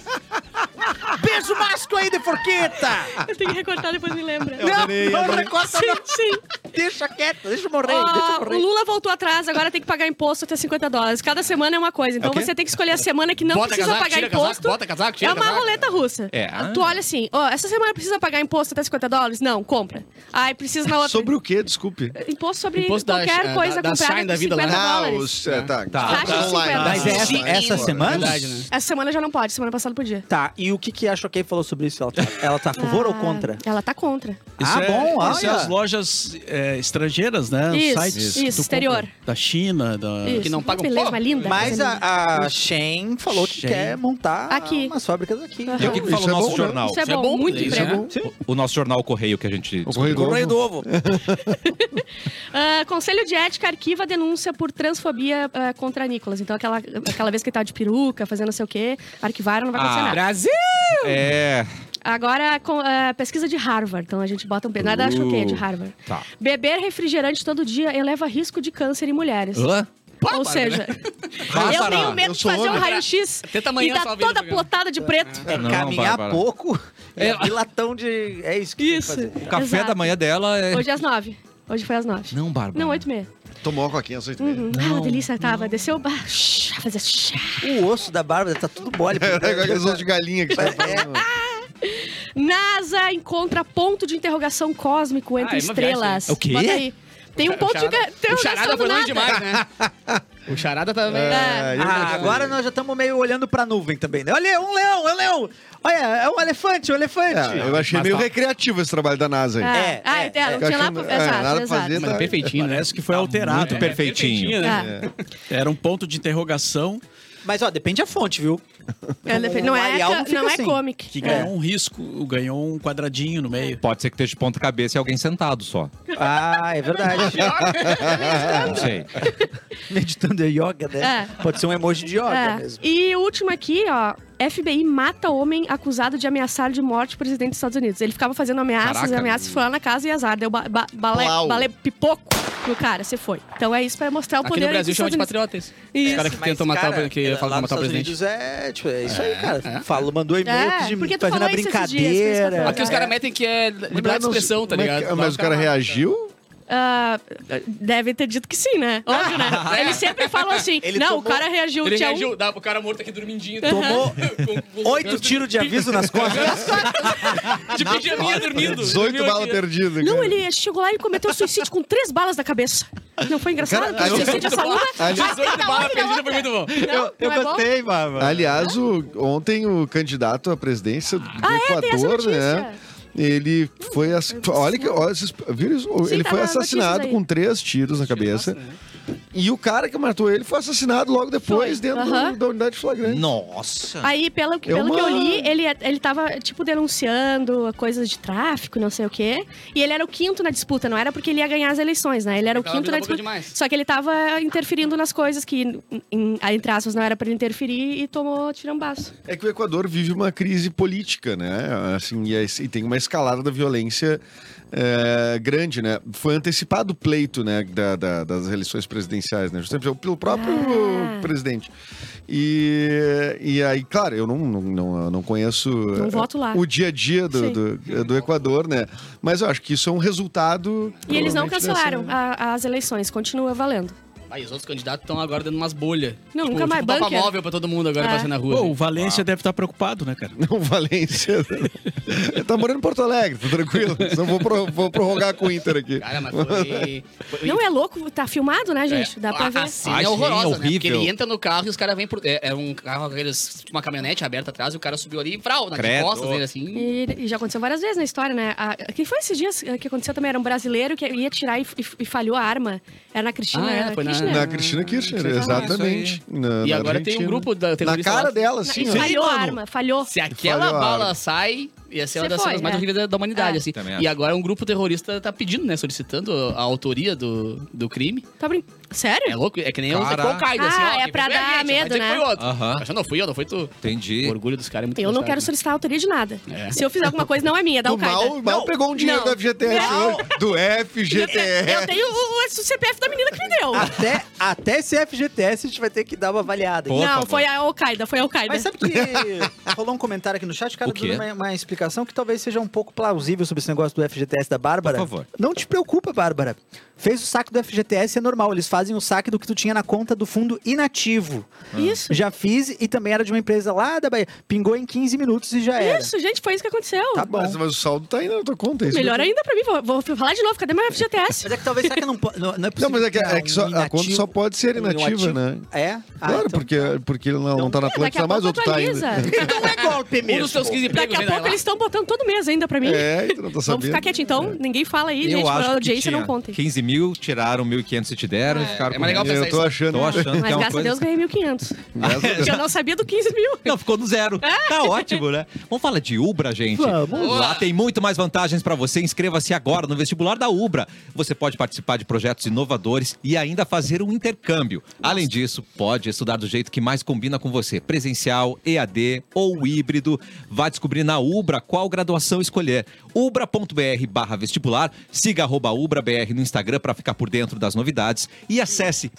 Beijo másculo aí de forqueta!
Eu tenho que recortar, depois me lembra.
não, não recorta,
Sim,
não.
sim.
Deixa quieto, deixa eu morrer, deixa eu
Ó, o
morrer.
Lula voltou atrás, agora tem que pagar imposto até 50 dólares. Cada semana é uma coisa. Então
É o quê?
você tem que escolher a semana que não
Bota
precisa
casaco,
pagar
tira
imposto.
casaco, bota casaco, tira
é uma
casaco.
roleta russa.
É.
Tu olha assim, ó, essa semana precisa pagar imposto até 50 dólares? Não, compra. Aí precisa na outra.
[laughs] Sobre o quê? Desculpe.
Imposto sobre
Imposto da- é,
qualquer
da-
coisa
da
comprada
Shine da
por
vida
50
lá, né?
Ah,
dólares.
os, é, tá.
Tá.
Desculpa,
Taxa
online.
de
Mas é essa,
Sim,
essa
sim,
semana?
Verdade, né?
Essa semana já não pode, semana passada podia.
Tá, e o que, que a Choquei falou sobre isso? Ela tá, ela tá a favor ou contra?
Ela tá contra.
Isso
ah,
é-
bom,
Isso
olha.
é as lojas é, estrangeiras, né?
Isso,
Os sites
isso,
que tu
exterior.
compra Da China, da...
Isso.
Ah, que não pagam
Beleza,
pau.
mas linda.
Mas
coisa linda.
a, a Shen falou que
Shein.
quer montar
Aqui.
umas fábricas aqui.
Aham.
E o que, que
Isso
fala o
é
nosso
bom, né?
jornal?
Isso é bom, muito
isso
emprego.
é
Sim. O nosso jornal o Correio que a gente.
O corredor.
Correio do ovo.
Ah, Conselho de Ética arquiva a denúncia por transfobia ah, contra Nicolas. Então, aquela, aquela vez que ele tava de peruca, fazendo não sei o quê, arquivaram, não vai acontecer
Ah.
nada.
Brasil!
É.
Agora, com, ah, pesquisa de Harvard. Então, a gente bota um... pe- Não é da
Uh.
Choquei, de Harvard.
Tá.
Beber refrigerante todo dia eleva risco de câncer em mulheres.
Hã?
Ou
Bárbara,
[laughs]
seja, eu
Bárbara,
tenho medo
eu
de
sou
fazer um
homem.
raio-x
Tenta amanhã
e dar
só ver
toda
o programa.
plotada de preto.
É
Não,
caminhar
Bárbara.
pouco é,
É.
e latão de... É isso que
Isso.
tem que fazer.
O café
Exato.
da manhã dela é.
Hoje é às nove. Ontem foi às nove.
Não, Bárbara.
Não, oito e meia.
Tomou com a 500 [laughs]
Uhum. Ah, uma delícia. Tava, desceu... Ah, shh, fazer... shh.
O osso da Bárbara tá tudo
[laughs]
mole.
É aqueles outros de galinha que você tá falando.
NASA encontra ponto de interrogação cósmico entre
Ah, é uma viagem,
estrelas.
né? O quê?
Bota aí. Tem um ponto de
Charada- O
interrogação
Charada
do
foi longe
nada.
demais, né? O Charada tá...
É.
Ah, agora nós já estamos meio olhando pra nuvem também, né? Olha, é um leão, é um leão. Olha, é um elefante, é um elefante.
É, eu achei meio recreativo esse trabalho da NASA aí.
Ah,
É,
ah,
é,
então,
é.
não tinha lá...
Achando- é,
exato,
nada pra
exato.
fazer,
Mas é perfeitinho, né?
Parece que foi alterado.
muito
né?
perfeitinho.
né?
Ah,
Era um ponto de interrogação
Mas, ó, depende da fonte, viu?
é,
Então,
não
o
é,
Arial
não
fica
é
assim.
comic.
que
É.
ganhou um risco, ganhou um quadradinho no meio.
Pode ser que esteja de ponta cabeça e alguém sentado só.
Ah,
[laughs]
é verdade.
Não sei.
Meditando é yoga, né?
É.
Pode ser um emoji de yoga
É.
mesmo.
E o último aqui, ó. FBI mata homem acusado de ameaçar de morte o presidente dos Estados Unidos. Ele ficava fazendo ameaças,
Caraca.
ameaças, foi lá na casa e azar. Deu ba ba balé,
Plau.
balé pipoco no cara, você foi. Então é isso pra mostrar o
Aqui
poder
no Brasil
dos
chama de né?
Estados
patriota isso.
Unidos.
Os caras que tentam matar, o- que falam
lá
pra matar o
nos
presidente.
Estados Unidos é, tipo, é isso aí, cara. Falo, mandou e-mail
É,
de-
porque tu
fazendo a
falou isso esses dias, por isso que eu
brincadeira.
falei.
Aqui os caras metem que é liberdade de
Mas não-
expressão, tá
mas-
é
ligado?
é, Mas, o cara reagiu?
Ah, deve ter dito que sim, né? Óbvio, né? Ele sempre fala assim.
Ele
não,
tomou-
o cara reagiu.
Ele
tinha um-
reagiu, dá pro cara morto aqui dormindinho. tá
Tomou
Com- com-
Oito tiros de aviso nas costas.
[laughs] De pijaminha dormindo.
18
Dormiu
balas
aqui. né?
perdidas.
Não,
cara.
ele chegou lá e cometeu suicídio com três balas na cabeça. Não foi engraçado?
Cara,
Porque o
aí-
suicídio é saúde.
Ali-
mas tem
18
da
balas
outra e da
perdidas
outra.
foi muito bom.
Não, não é bom?
Ah, Aliás, o- ontem o candidato à presidência do
Ah, é? tem essa
Equador,
notícia. Hum,
né? Ele foi. ass- Olha que. Olha, vocês viram isso?
Sim,
ele
tá
foi
na notícia
assassinado
daí.
com três tiros na cabeça. E o cara que matou ele foi assassinado logo depois
Foi.
dentro do-
Aham.
da unidade flagrante.
Nossa.
Aí, pelo, que- pelo
uma-
que eu li, ele, ele tava, tipo, denunciando coisas de tráfico, não sei o quê. E ele era o quinto na disputa, não era porque ele ia ganhar as eleições, né? Ele era o
Tava
quinto
abrindo
na
a boca
disputa.
demais.
Só que ele tava interferindo nas coisas que, em, entre aspas, não era pra ele interferir e tomou tirambaço.
É que o Equador vive uma crise política, né? Assim, e, aí- e tem uma escalada da violência eh, grande, né? Foi antecipado o pleito né, da- da- das eleições presidenciais, né? Justamente pelo- pelo próprio
Ah.
presidente. E, e aí, claro, eu não, não, não, não conheço
Não
eh,
voto lá.
o dia a dia do,
Sim.
do, do Equador, né? Mas eu acho que isso é um resultado.
E eles não
provavelmente, dessa- [laughs]
cancelaram a- as eleições, continua valendo.
Aí os outros candidatos estão agora dando umas bolhas.
Não, nunca mais,
Tipo,
bunker.
móvel pra todo mundo agora
É.
passando na rua.
Pô, o
assim.
Valência deve estar preocupado, né, cara?
Não, Valência. Ele [laughs] tá morando em Porto Alegre, tá tranquilo. Não vou, pro- vou prorrogar com o Inter aqui.
Cara, mas foi... foi-
Não é louco, tá filmado,
É.
né, gente? Dá pra
a,
ver.
A cena
Ah, sim,
é horrorosa,
é
né? Porque
horrível.
ele entra no carro e os caras vêm por... É, é um carro, aqueles, uma caminhonete aberta atrás e o cara subiu ali e frau, na de
Credo.
costas dele, assim.
E, e já aconteceu várias vezes na história, né? A, quem foi esses dias que aconteceu também? Era um brasileiro que ia tirar e, e- e falhou a arma. Era na Cristina.
Ah, é,
era
foi na-
Kirchner.
Na Cristina Kirchner,
Kirchner.
exatamente. Na-
E
na
agora tem um
Argentina.
grupo da
Na
terrorista
cara
lá.
dela,
Na-
assim,
e
ó.
falhou a arma, falhou.
Se aquela
Falhou a
bala
arma.
sai, ia
Você
ser uma das
foi,
cenas mais
é.
horríveis da, da humanidade,
É.
assim.
Também
E
acho.
agora um grupo terrorista tá pedindo, né? Solicitando a autoria do, do crime.
Tá brin... Sério?
É louco? É que nem o
Caraca.
Al-Qaeda, assim,
Ah,
ó,
é
quem
pra
foi a
dar
gente, vai
medo,
dizer que
né?
Foi outro.
Aham.
Mas eu não fui eu, não foi tu.
Entendi.
O orgulho dos caras é muito
Eu não
engraçado,
quero
né?
solicitar autoria de nada.
É.
Se eu fizer alguma coisa, não é minha, é da
Do
Al-Qaeda.
mal, mal pegou um dinheiro
não.
do FGTS
Não. É,
hoje. Do FGTS.
Eu tenho o, o- o CPF da menina que me deu.
Ah,
Até, até esse FGTS a gente vai ter que dar uma avaliada.
tá
Pô. por
não,
favor.
foi a Al-Qaeda, foi a Al-Qaeda.
Mas
é
sabe que rolou um comentário aqui no chat, o cara
O quê?
dando uma, uma explicação que talvez seja um pouco plausível sobre esse negócio do FGTS da Bárbara.
Por favor.
Não te preocupa, Bárbara. Fez o saque do FGTS, é normal. Eles fazem o saque do que tu tinha na conta do fundo inativo.
Isso.
Já fiz e também era de uma empresa lá da Bahia. Pingou em 15 minutos e já era.
Isso, gente, foi isso que aconteceu.
Tá bom.
Mas, mas o saldo tá indo na tua conta. é Ah. isso
Melhor
que eu
ainda pra mim, vou, vou falar de novo, cadê meu FGTS?
Mas é que talvez será que não, po- não, não é
tô- Não,
possível.
mas é que,
criar
é que só-
um
a conta
inativo-
só pode ser
um
inativa,
ativo.
né?
É? Ah,
claro,
então-
porque, porque ele não, não tá na
Daqui
planta
a
mais,
pouco
outro tá indo. [laughs]
atualiza.
Então é golpe
Um dos seus 15 empregos
Daqui a
ainda
pouco
é lá.
eles estão botando todo mês ainda pra mim.
É, então não tá
Vamos
sabendo.
ficar quieto então, ninguém fala aí, gente, pra audiência não contem.
15 mil, tiraram 1.500 e te deram e ficaram
é
com
mais legal
medo.
Eu tô achando.
Tô
[laughs]
achando que
Mas
é uma
graças a
coisa...
Deus ganhei 1.500.
Graças
[laughs]
a Deus.
Porque eu não sabia do 15 mil.
[laughs] Não, ficou no zero. Tá ótimo, né? Vamos falar de Ubra, gente?
Vamos
Lá
lá.
tem muito mais vantagens para você. Inscreva-se agora no vestibular da Ubra. Você pode participar de projetos inovadores e ainda fazer um intercâmbio. Além disso, pode estudar do jeito que mais combina com você. Presencial, EAD ou híbrido. Vá descobrir na Ubra qual graduação escolher. ubra.br barra vestibular. Siga arroba UbraBR no Instagram para ficar por dentro das novidades. E acesse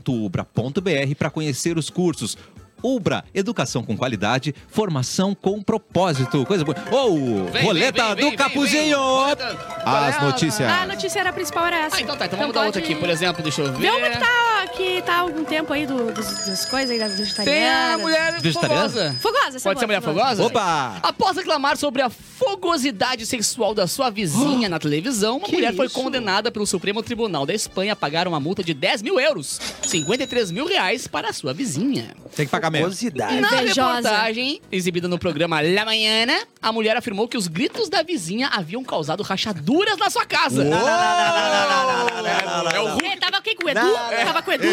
blog.ubra.br para conhecer os cursos. Ubra, educação com qualidade, formação com propósito. Coisa boa. Ou
Vem,
roleta
vem, vem,
do
vem,
Capuzinho!
vem, vem.
As notícias.
Ah, a notícia era a principal, era essa.
Ah, então tá, então vamos dar outra
pode-
aqui, por exemplo, deixa eu ver.
Vê uma que tá, que tá há algum tempo aí do, dos- das coisas aí da vegetariana.
Tem a mulher
Vegetariana? Ah.
fogosa.
Fogosa, essa
Pode
boa,
ser mulher
essa boa.
fogosa?
Opa!
Após reclamar sobre a fogosidade sexual da sua vizinha na televisão, uma mulher foi condenada pelo Supremo Tribunal da Espanha a pagar uma multa de 10 mil euros, 53 mil reais para a sua vizinha.
Tem que pagar menos.
Curiosidade.
Na
Invejosa.
reportagem exibida no programa La Manhana, a mulher afirmou que os gritos da vizinha haviam causado rachaduras na sua casa. Ah, É o Hulk É,
É, tava aqui com o Edu? Tava com o Edu?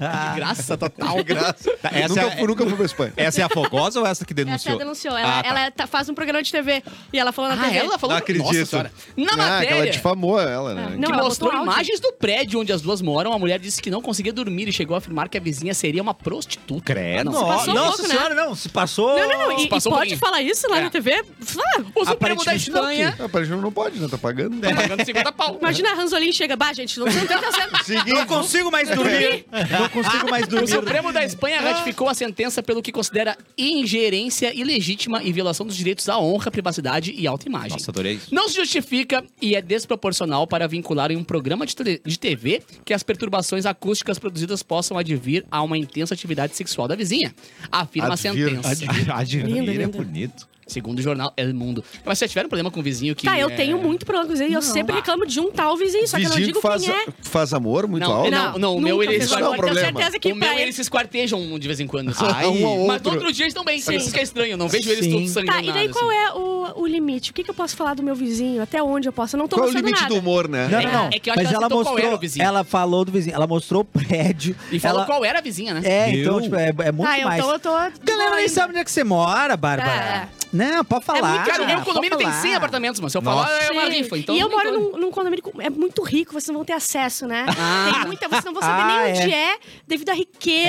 Ah,
de graça total.
Essa
nunca,
é a-
fui, nunca fui pra Espanha.
Essa é a fogosa ou essa que
Essa
denunciou?
ela denunciou. Ela,
Ah, tá.
ela tá- faz um programa de TV e ela falou na
Ah,
TV.
ela falou...
Não acredito.
[laughs] Nossa senhora. Na
Ah, que ela
matéria...
difamou ela, né?
Não,
que
ela
mostrou
botou áudio.
imagens do prédio onde as duas moram. A mulher disse que não conseguia dormir e chegou a afirmar que a vizinha seria uma prostituta. Ah,
Credo.
Não,
passou um
Nossa
pouco, né?
senhora, não. Se passou.
Não, não, não. E, e
Passou um
pode
pouquinho.
falar isso lá
É.
na TV? Fala.
O Supremo da
Aparentemente não,
Espanha
Ah, Aparentemente não pode, né? Tá pagando.
tá pagando 50 pau.
Imagina a Ranzolin chega. Bah, gente, não, não tem o que tá fazer.
Não consigo mais dormir. Não consigo mais
O
dormir.
Supremo da
Ah.
Espanha ratificou a sentença pelo que considera ingerência ilegítima e violação dos direitos à honra, privacidade e autoimagem.
Nossa, adorei isso.
Não se justifica e é desproporcional para vincular em um programa de, tele- de TV que as perturbações acústicas produzidas possam advir a uma intensa atividade sexual da vizinha, afirma
Advir.
a sentença.
Lindo,
Admira é
lindo.
bonito.
Segundo o jornal El Mundo. Mas vocês tiveram problema com o vizinho que.
Tá, eu
é-
tenho muito problema com isso aí. Eu sempre reclamo de um tal vizinho, só que eu não
Vizinho
digo
que faz,
quem é.
faz amor muito
Não,
alto.
ele- não, o meu,
nunca
ele-
fez
isso não é um
amor. Tenho
problema.
certeza que é.
O meu,
pra
eles se esquartejam de vez em quando. assim.
Ai,
um ao outro.
Mas no outro dia eles estão bem. Isso que é estranho. Não vejo eles
Sim.
todos
Tá, e
sangrando.
daí qual é o, o limite? O que, que eu posso falar do meu vizinho? Até onde eu posso? Eu não tô
Qual é o
mostrando
limite
nada.
do humor, né?
Não, não, não.
É que eu acho
Mas
que ela
ela
citou qual era
mostrou.
o vizinho.
Ela falou do vizinho. Ela mostrou o prédio.
E falou
ela-
qual era a vizinha, né?
É, então,
Meu.
tipo, é, é muito
Ah,
mais.
então eu tô.
Galera nem sabe onde é que você mora, Bárbara.
É.
Não, pode falar.
muito
Cara, né? o meu
pode
condomínio tem
falar.
100 apartamentos, mano. Se eu falar, é uma
Sim.
rifa. Então
e eu
nem
moro
tô-
num, num condomínio que é muito rico, vocês não vão ter acesso, né?
Ah.
Tem muita, vocês não vão saber
Ah,
nem onde é, devido à riqueza.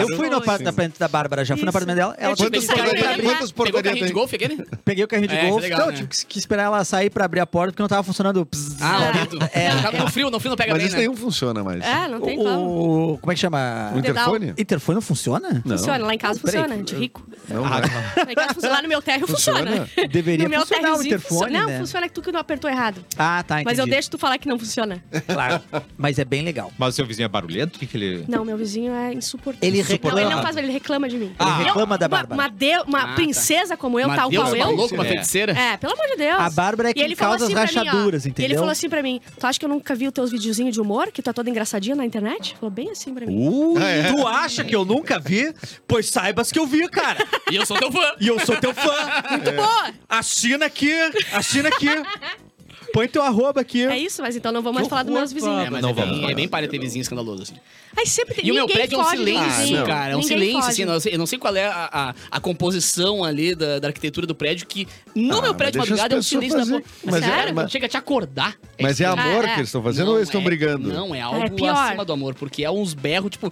das
eu fui no
coisas.
apartamento da Bárbara, já fui no
Isso.
apartamento dela. Ela
Eu te
tive que
Quantas
pensei
que era
sair pra
ele.
porcarias-
abrir,
Quantas
Pegou o
porcarias
carrinho de
tem?
golfe aquele?
peguei o carrinho de
É, isso é
golfe.
legal,
não,
né?
eu tive que, que esperar ela sair pra abrir a porta, porque não tava funcionando. o pss.
Ah, o dedo. Tava no frio, no frio não pega
É. Mas
bem,
isso um
né?
nenhum funciona mais.
É, não tem como.
o, o- como é que
O
chama?
Dedal.
interfone?
Interfone não funciona?
Não.
Funciona, lá em casa
Peraí,
funciona, de rico.
Não, né?
Lá em casa funciona, lá no meu térreo funciona.
Deveria
No meu
funcionar o
térreozinho
interfone,
funciona. Não,
né?
funciona que tu que não apertou errado.
Ah, tá, entendi.
Mas eu deixo tu falar que não funciona.
Claro, mas é bem legal.
Mas o seu vizinho é barulhento? O que, que ele.
Não, meu vizinho é insuportável.
Ele
Não, ele não
reclama.
faz, ele reclama de mim.
Ah.
Eu-
Reclama da
uma-
Bárbara.
Uma, de- uma
Ah, tá.
princesa como eu, tal
Deus,
qual
uma
eu.
louca, uma
É.
feiticeira.
É, pelo amor de Deus.
A Bárbara é
E
quem
ele falou
causa
assim
as
pra mim, ó.
rachaduras,
E Ele
entendeu?
falou assim pra mim: Tu acha que eu nunca vi os teus videozinhos de humor, que tu é toda engraçadinha na internet? Falou bem assim pra mim.
Uh,
Ah, é?
Tu acha que eu nunca vi? Pois saibas que eu vi, cara.
E eu sou teu fã.
E eu sou teu fã.
Muito Tá boa!
Assina aqui, assina aqui.
Põe teu arroba aqui.
É isso, mas então não vou mais
Que
falar dos
horror,
meus vizinhos.
É, mas
Não
é,
vamos
bem, é
falar.
bem para ter vizinho escandaloso, assim.
Aí sempre tem
E o meu
ninguém
prédio é um
foge do
silêncio,
vizinho.
cara. É um
Ninguém
silêncio,
foge.
assim. eu não sei- Eu não sei qual é a, a- a composição ali da, da arquitetura do prédio, que no
Ah,
meu
mas
prédio de
deixa as
madrugada é um
pessoas
silêncio da
fazer.
porra. Mas,
Mas é-
cara,
mas-
quando chega a te acordar.
Mas é
estranho.
amor
Ah, é.
que eles estão fazendo ou eles estão
é-
brigando?
Não, é algo
pior.
acima do amor, porque é uns berros, tipo,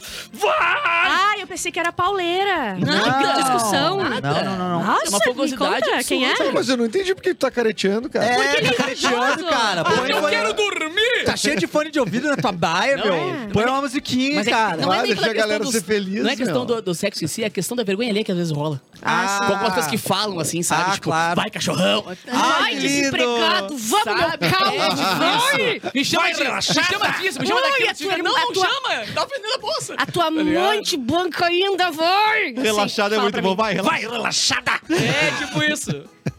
Ah, eu pensei que era pauleira.
Nada.
Que discussão.
Nada.
não, não,
Nossa,
É uma fogosidade
me conta, quem é?
absurda.
Mas eu não entendi porque tu tá careteando, cara.
É, tá careteando, cara. Põe
eu
fone-
quero dormir!
Tá cheio de fone de ouvido na tua baia,
Não,
meu.
é.
Põe uma musiquinha,
Mas é,
cara.
não é
Ah,
nem
deixa
pela
a
questão
galera
dos-
ser feliz,
Não é questão
meu.
do, do sexo em si, é a questão da vergonha ali que às vezes rola.
Ah,
Com algumas pessoas que falam assim, sabe?
Ah,
tipo,
claro.
vai cachorrão.
Ai,
Ah, que
desempregado. Vamos, meu
Sabe?
calma.
É
Vai.
difícil. Me chama, de, me chama disso, me chama
Oi,
daquilo.
a tua
Fica,
irmã-
não,
a
não
tua-
chama. Tá vendendo a bolsa.
A tua
ligado? Assim,
amante banca ainda, vai.
Relaxado é muito bom. Vai, relaxa.
É, tipo isso.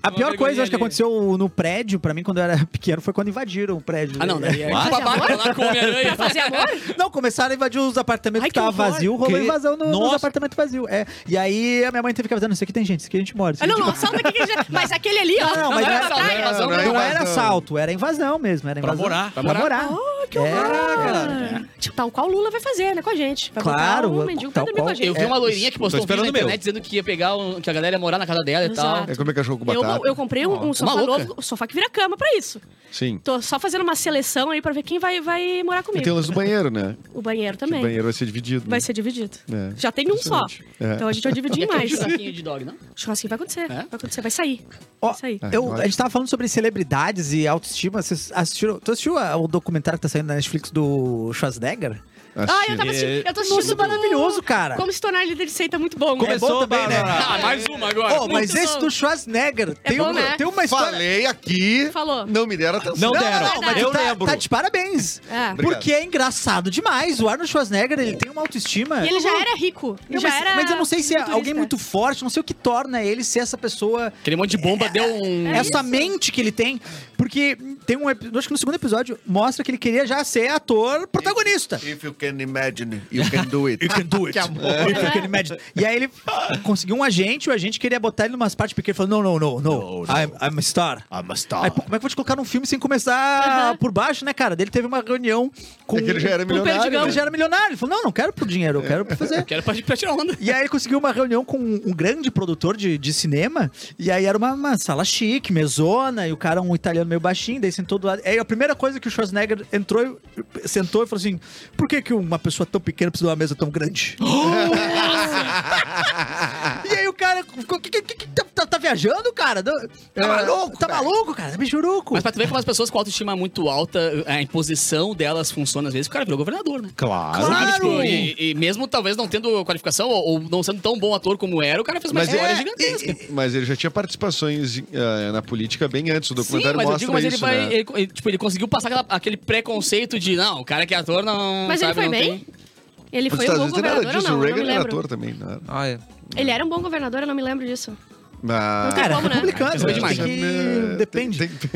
A
Uma
pior coisa,
vergonha
acho que
ali.
aconteceu no prédio, pra mim, quando eu era pequeno, foi quando invadiram o prédio. né?
Ah, não, daí é tipo babaca lá com o Homem-Aranha.
Fazer amor?
Não, começaram a invadir os apartamentos
Ai,
que
que
tava
horror.
vazio, rolou
Que-
invasão no, nos
Nossa.
apartamentos vazios. É. E aí a minha mãe teve que avisar, não, isso aqui tem gente, isso aqui a gente mora. assim, isso
Ah,
aqui a
Não,
gente
não, salta aqui que já... Mas aquele ali, ó.
Não, não, mas
vai
é-
pra praia.
não, não,
mora."
não,
Não era
invasão.
assalto, era invasão mesmo, era invasão.
morar.
Pra
Pra
morar.
Oh, que
É,
horror.
cara.
Tipo, tal qual o Lula vai fazer, né, com a gente. Vai
Claro,
botar um mendigo pra
tal
dormir com a
qual-
gente.
Eu
É,
vi uma loirinha que postou um vídeo na
esperando o meu.
internet dizendo que ia pegar, um- que a galera ia morar na casa dela e tal.
Exato.
É comer cachorro com
Eu,
batata.
eu comprei um, um sofá
louca.
novo, um sofá que vira cama pra isso.
Sim.
Tô só fazendo uma seleção aí pra ver quem vai, vai morar
E
comigo.
tem o lance do banheiro, né?
O banheiro
Que O
também.
banheiro vai ser dividido.
Vai
né?
ser dividido.
É,
Já tem um só.
impressionante. É.
Então a gente vai dividir
E
[laughs]
em
aquele
um
mais.
churrasquinho um de dog, não?
Churrasquinho vai
É?
acontecer. Vai acontecer, vai sair.
Ó,
vai sair.
É,
eu,
eu
a gente tava falando sobre celebridades e autoestima. Vocês assistiram? Tu assistiu a- o documentário que tá saindo na Netflix do Schwarzenegger?
Ah,
Assisti.
eu tava assistindo. Eu tô assistindo.
Nossa,
do-
maravilhoso, cara.
Como se tornar líder de seita é muito bom.
Começou,
Começou,
também, né?
Bárbara.
[laughs] Ah, mais uma agora.
Oh, mas
muito
esse
bom.
do Schwarzenegger
É
tem,
bom,
um-
né?
tem uma história.
Falei aqui.
É Falou.
Não me deram atenção.
Não deram.
não, mas
eu
tá,
lembro. Ah.
tá de parabéns.
É.
Obrigado.
Porque é engraçado demais. O Arnold Schwarzenegger, ele tem uma autoestima.
E ele já era rico. Ele
É. Não,
já
mas,
era
mas eu não sei se é
futurista.
alguém muito forte, não sei o que torna ele ser essa pessoa.
Aquele monte de bomba deu
É
um...
essa mente que ele tem. Porque tem um. epi- Acho que no segundo episódio mostra que ele queria já ser ator protagonista.
If you can imagine, you can do
[laughs]
it.
Que amor. If you can imagine. E aí ele conseguiu um agente, o agente queria botar ele numas partes pequenas. Ele falou: não, não, não, não. I'm, I'm a star.
I'm a
Aí, pô, como é que eu vou te colocar num filme sem começar por baixo, né, cara? Daí ele teve uma reunião com.
É que ele já era
com o
milionário,
Perdigão,
né?
Ele já era milionário. Ele falou: não, não quero por dinheiro, eu quero pra fazer.
Quero pra, pra tirar onda.
E aí ele conseguiu uma reunião com um grande produtor de, de cinema. E aí era uma, uma sala chique, mesona, e o cara um italiano meio baixinho, daí sentou do lado. Aí a primeira coisa que o Schwarzenegger entrou, e- sentou e falou assim: por que, que uma pessoa tão pequena precisa de uma mesa tão grande? e aí o cara. ficou, "Que- que- que- que- tá, tá- tá viajando, cara? Tá maluco? Tá maluco, cara? Tá bichuruco.
É. Mas pra tu ver como as pessoas com autoestima muito alta, a imposição delas funciona às vezes, o cara virou governador, né?
Claro.
Sabe, tipo,
Claro!
e, e mesmo talvez não tendo qualificação ou, ou não sendo tão bom ator como era, o cara fez uma
Mas
história
é,
gigantesca.
Mas ele já tinha participações eh, na política bem antes. O
Sim,
documentário
mas eu
mostra
digo, mas ele
isso,
vai.
né?
Ele, ele, tipo, ele conseguiu passar aquela- aquele preconceito de não, o cara que é ator não.
Mas ele
sabe,
foi
não
bem? Ele
Nos
foi um
Estados
bom
Unidos tem nada
governador ou
disso. o
não? Eu não
tá Reagan
me
era
lembro.
ator também. Né?
Ah, é.
Ele era um bom governador, eu não me lembro disso.
Mas-
Cara,
Como, né?
republicano,
Pesou é demais.
tem que-
Tem-
Depende.
tem-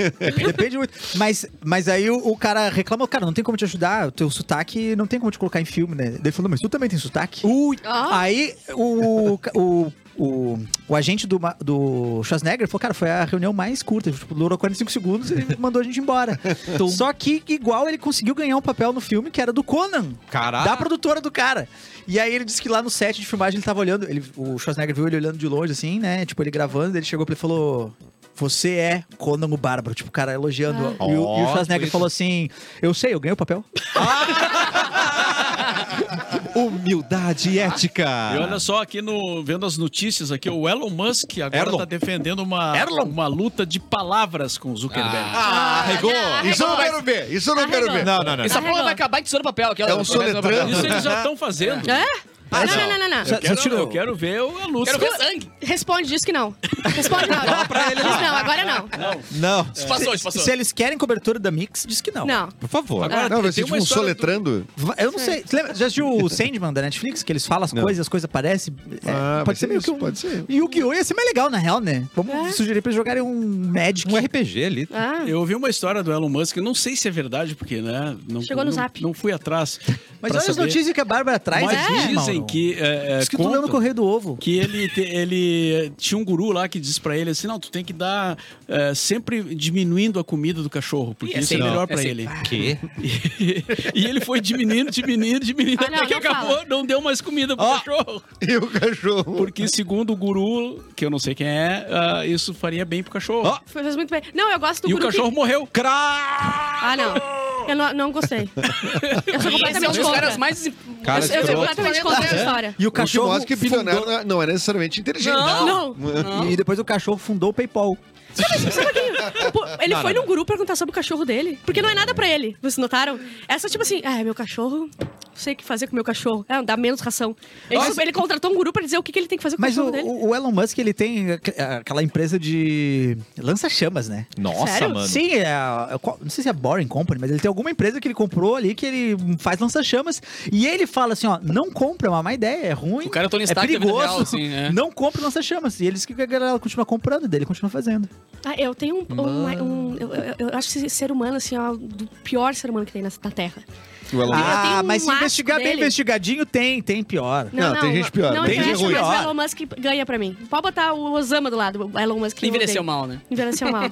[laughs] Depende muito. Mas, mas aí o, o cara reclama, cara, não tem como te ajudar, o teu sotaque não tem como te colocar em filme, né? Daí ele falou, mas tu também tem sotaque? Ui!
Ah.
Aí o. o o, o agente do, Ma- do Schwarzenegger falou, cara, foi a reunião mais curta, tipo, durou 45 segundos e ele mandou a gente embora. Só que, igual, ele conseguiu ganhar um papel no filme que era do Conan,
Caraca.
da produtora do cara. E aí ele disse que lá no set de filmagem ele tava olhando, ele, o Schwarzenegger viu ele olhando de longe, assim, né? Tipo, ele gravando, daí ele chegou pra ele e falou: Você é Conan o Bárbaro. Tipo, o cara elogiando. E, o, e o
Ó,
Schwarzenegger
foi-
falou assim: Eu sei, eu ganhei o papel.
Humildade ética.
E olha só, aqui no vendo as notícias aqui, o Elon Musk agora
Erlon.
tá defendendo uma, uma luta de palavras com o Zuckerberg.
Ah, arregou.
Isso eu não quero ver. Isso eu não quero ver.
Não, não, não.
Essa porra
Arregou.
vai acabar de tesoura papel aquela.
É um soletrando.
Isso eles já estão fazendo.
É? não, não, não, não, não.
Eu, quero, eu quero ver a luta.
Quero ver sangue.
Responde, diz que não. Responde não. Diz não, agora não.
Não.
É. Passou,
Se-
isso passou.
Se eles querem cobertura da Mix, diz que não.
Não.
Por favor.
Agora,
Não, vai
tem
ser tipo
uma
um
história do-
soletrando.
Va- Eu não sei. Você lembra, já assistiu o Sandman da Netflix? Que eles falam as coisas, as coisas aparecem. É,
Ah, vai
pode
ser
ser meio
isso,
que um.
pode ser.
E o Guiô ia ser mais legal, na real, né? Vamos sugerir pra eles jogarem um Magic.
Um RPG ali.
Ah,
Eu ouvi uma história do Elon Musk, eu não sei se é verdade, porque, né? Não,
Chegou no
não,
zap.
Não fui atrás.
Mas
pra
olha as
saber.
notícias que tá a Bárbara traz
Mas
aqui,
dizem
Mauro.
que é, é,
Isso que tu
conta
leu no Correio do Ovo.
que ele, te- ele tinha um guru lá que disse pra ele assim, não, tu tem que dar é, sempre diminuindo a comida do cachorro, porque
E é
isso
sempre-
é melhor
é
pra
sempre-
ele.
Quê?
e ele foi diminuindo, diminuindo, diminuindo,
Ah, não,
até que
não
acabou,
fala.
não deu mais comida pro cachorro.
E o cachorro.
Porque segundo o guru, que eu não sei quem é, ah, isso faria bem pro cachorro.
Ó,
Foi- Fez muito bem. Não, eu gosto do
e o
guru que-
cachorro morreu.
Ah, não. Eu não, não gostei. Eu sou
Esse é um
completamente
dos
contra.
caras mais.
Cara,
eu, eu sou
escroto.
completamente contra essa história.
E o
O que
cachorro.
mostra que bilionário
fundou-
não é- não é necessariamente inteligente.
Não.
E depois o cachorro fundou o PayPal.
Pô, ele foi num guru perguntar sobre o cachorro dele. Porque não é nada pra ele. Vocês notaram? É só tipo assim, ah, meu cachorro. Não sei o que fazer com o meu cachorro. É, dá menos ração. Ele, tipo, ele contratou um guru pra dizer o que, que ele tem que fazer com
Mas
o
o,
cachorro dele.
o Elon Musk, ele tem aqu- aquela empresa de lança-chamas, né?
Nossa,
Sério?
mano.
Sim, é a- é qual- não sei se é Boring Company, mas ele tem alguma empresa que ele comprou ali que ele faz lança-chamas e ele fala assim, ó, não compra, é uma má ideia, é ruim,
O cara é o
é
Tony Stark da vida
perigoso,
real, assim, é.
não compra lança-chamas. E eles que a galera continua comprando, daí ele continua fazendo.
Ah, eu tenho um. um- um- eu, eu- eu acho esse ser humano, assim, ó, do pior ser humano que tem nessa- na Terra.
O Elon Musk-
tenho
Ah,
um
mas se
asco
investigar bem
dele.
investigadinho, tem, tem pior.
Não, tem gente pior,
Não
tem
gente
interessa, mas
pior.
o Elon Musk ganha pra mim. Pode botar o Osama do lado, o Elon Musk. eu
Envelheceu
odeio.
mal, né?
Envelheceu
[laughs]
mal.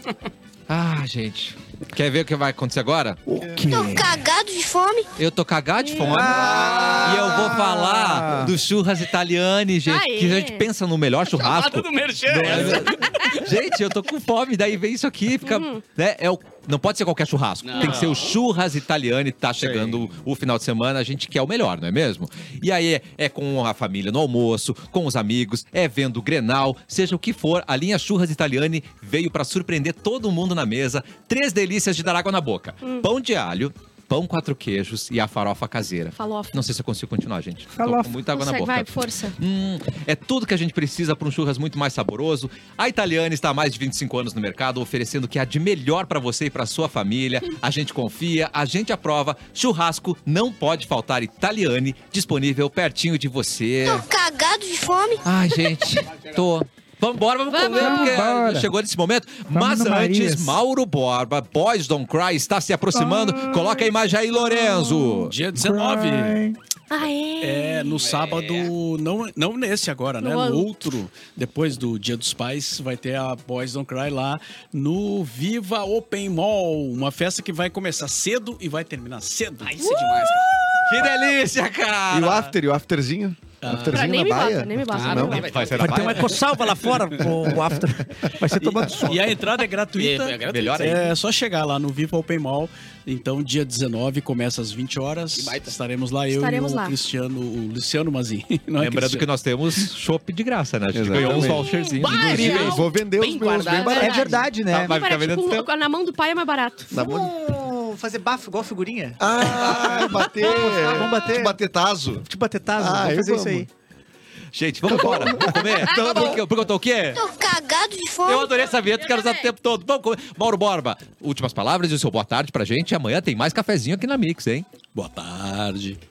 Ah, gente. Quer ver o que vai acontecer agora?
O quê?
cagado de fome.
Eu tô cagado de fome. E eu vou falar do churras italiani, gente.
Aê.
Que a gente pensa no
Tá
melhor churrasco.
Chamada do merchan.
É, [laughs] gente, eu tô com fome, daí vem isso aqui e fica.
Uhum.
né, é o- não pode ser qualquer churrasco. Tem que ser o churras italiano e tá chegando o final de semana, a gente quer o melhor, não é mesmo? E aí é, é com a família no almoço, com os amigos, é vendo o Grenal, seja o que for, a linha Churras Italiani veio pra surpreender todo mundo na mesa. Três delícias de dar água na boca:
Hum.
pão de alho. Pão, quatro queijos e a farofa caseira.
Farofa.
Não sei se eu consigo continuar, gente. Tô
Farofa.
com muita água na
Consegue,
boca.
vai, força.
Hum, é tudo que a gente precisa para um churras muito mais saboroso. A Italiana está há mais de 25 anos no mercado, oferecendo o que há de melhor para você e para sua família. A gente confia, a gente aprova. Churrasco não pode faltar Italiane, disponível pertinho de você.
cagado de fome.
Ai, gente, tô. Vambora, vamos
Vamos.
comer, porque
Vambora.
chegou nesse momento. Mas
no
antes,
Marias.
Mauro Borba, Boys Don't Cry, está se aproximando. Coloca a imagem aí, Lorenzo.
Dia 19.
Ah, é?
É, no sábado, não, não nesse agora, né?
No
No
outro.
outro, depois do Dia dos Pais, vai ter a Boys Don't Cry lá no Viva Open Mall. Uma festa que vai começar cedo e vai terminar cedo.
Ah, isso é demais, cara.
Que delícia, cara!
E o after, e o afterzinho?
Pra,
afterzinho
Ah, nem
na
me
baia?
bota, nem me bota. nem
Ah,
não.
me bota.
Vai ser na
Vai
um
ter
praia?
uma ecossalva lá fora, o, o after. Vai ser tomando sol.
E a entrada é gratuita.
É, é gratuito.
Melhor ainda.
É só chegar lá no Viva Open Mall. Então, dia 19, começa às 20 horas.
Que baita.
Estaremos lá, eu
Estaremos
e o
lá.
Cristiano, o Luciano Mazin. [laughs] Não é
Lembrando que
Cristiano.
nós temos chopp de graça, né? A gente
Exatamente.
ganhou uns voucherzinhos.
Bah,
inclusive.
Ah, é
Inclusive,
Legal.
vou vender os meus
Bem
bem
guardado.
barato.
É verdade, né?
Vai
Vai
ficar
ficar
vendendo
tipo,
tempo.
Na mão do pai é mais barato.
Na mão de-
Vamos fazer bafo igual figurinha?
Ah, bater.
Vamos bater.
Te bater tazo.
Tipo batetazo,
Ah,
vamos
eu
fazer isso
amo.
aí.
Gente, vamos embora. Vamos comer? porque, porque eu tô o quê?
cagado de fome.
Eu adorei essa vinheta, quero usar o tempo todo. Vamos comer. Mauro Borba, últimas palavras e o seu boa tarde pra gente. Amanhã tem mais cafezinho aqui na Mix, hein?
Boa tarde.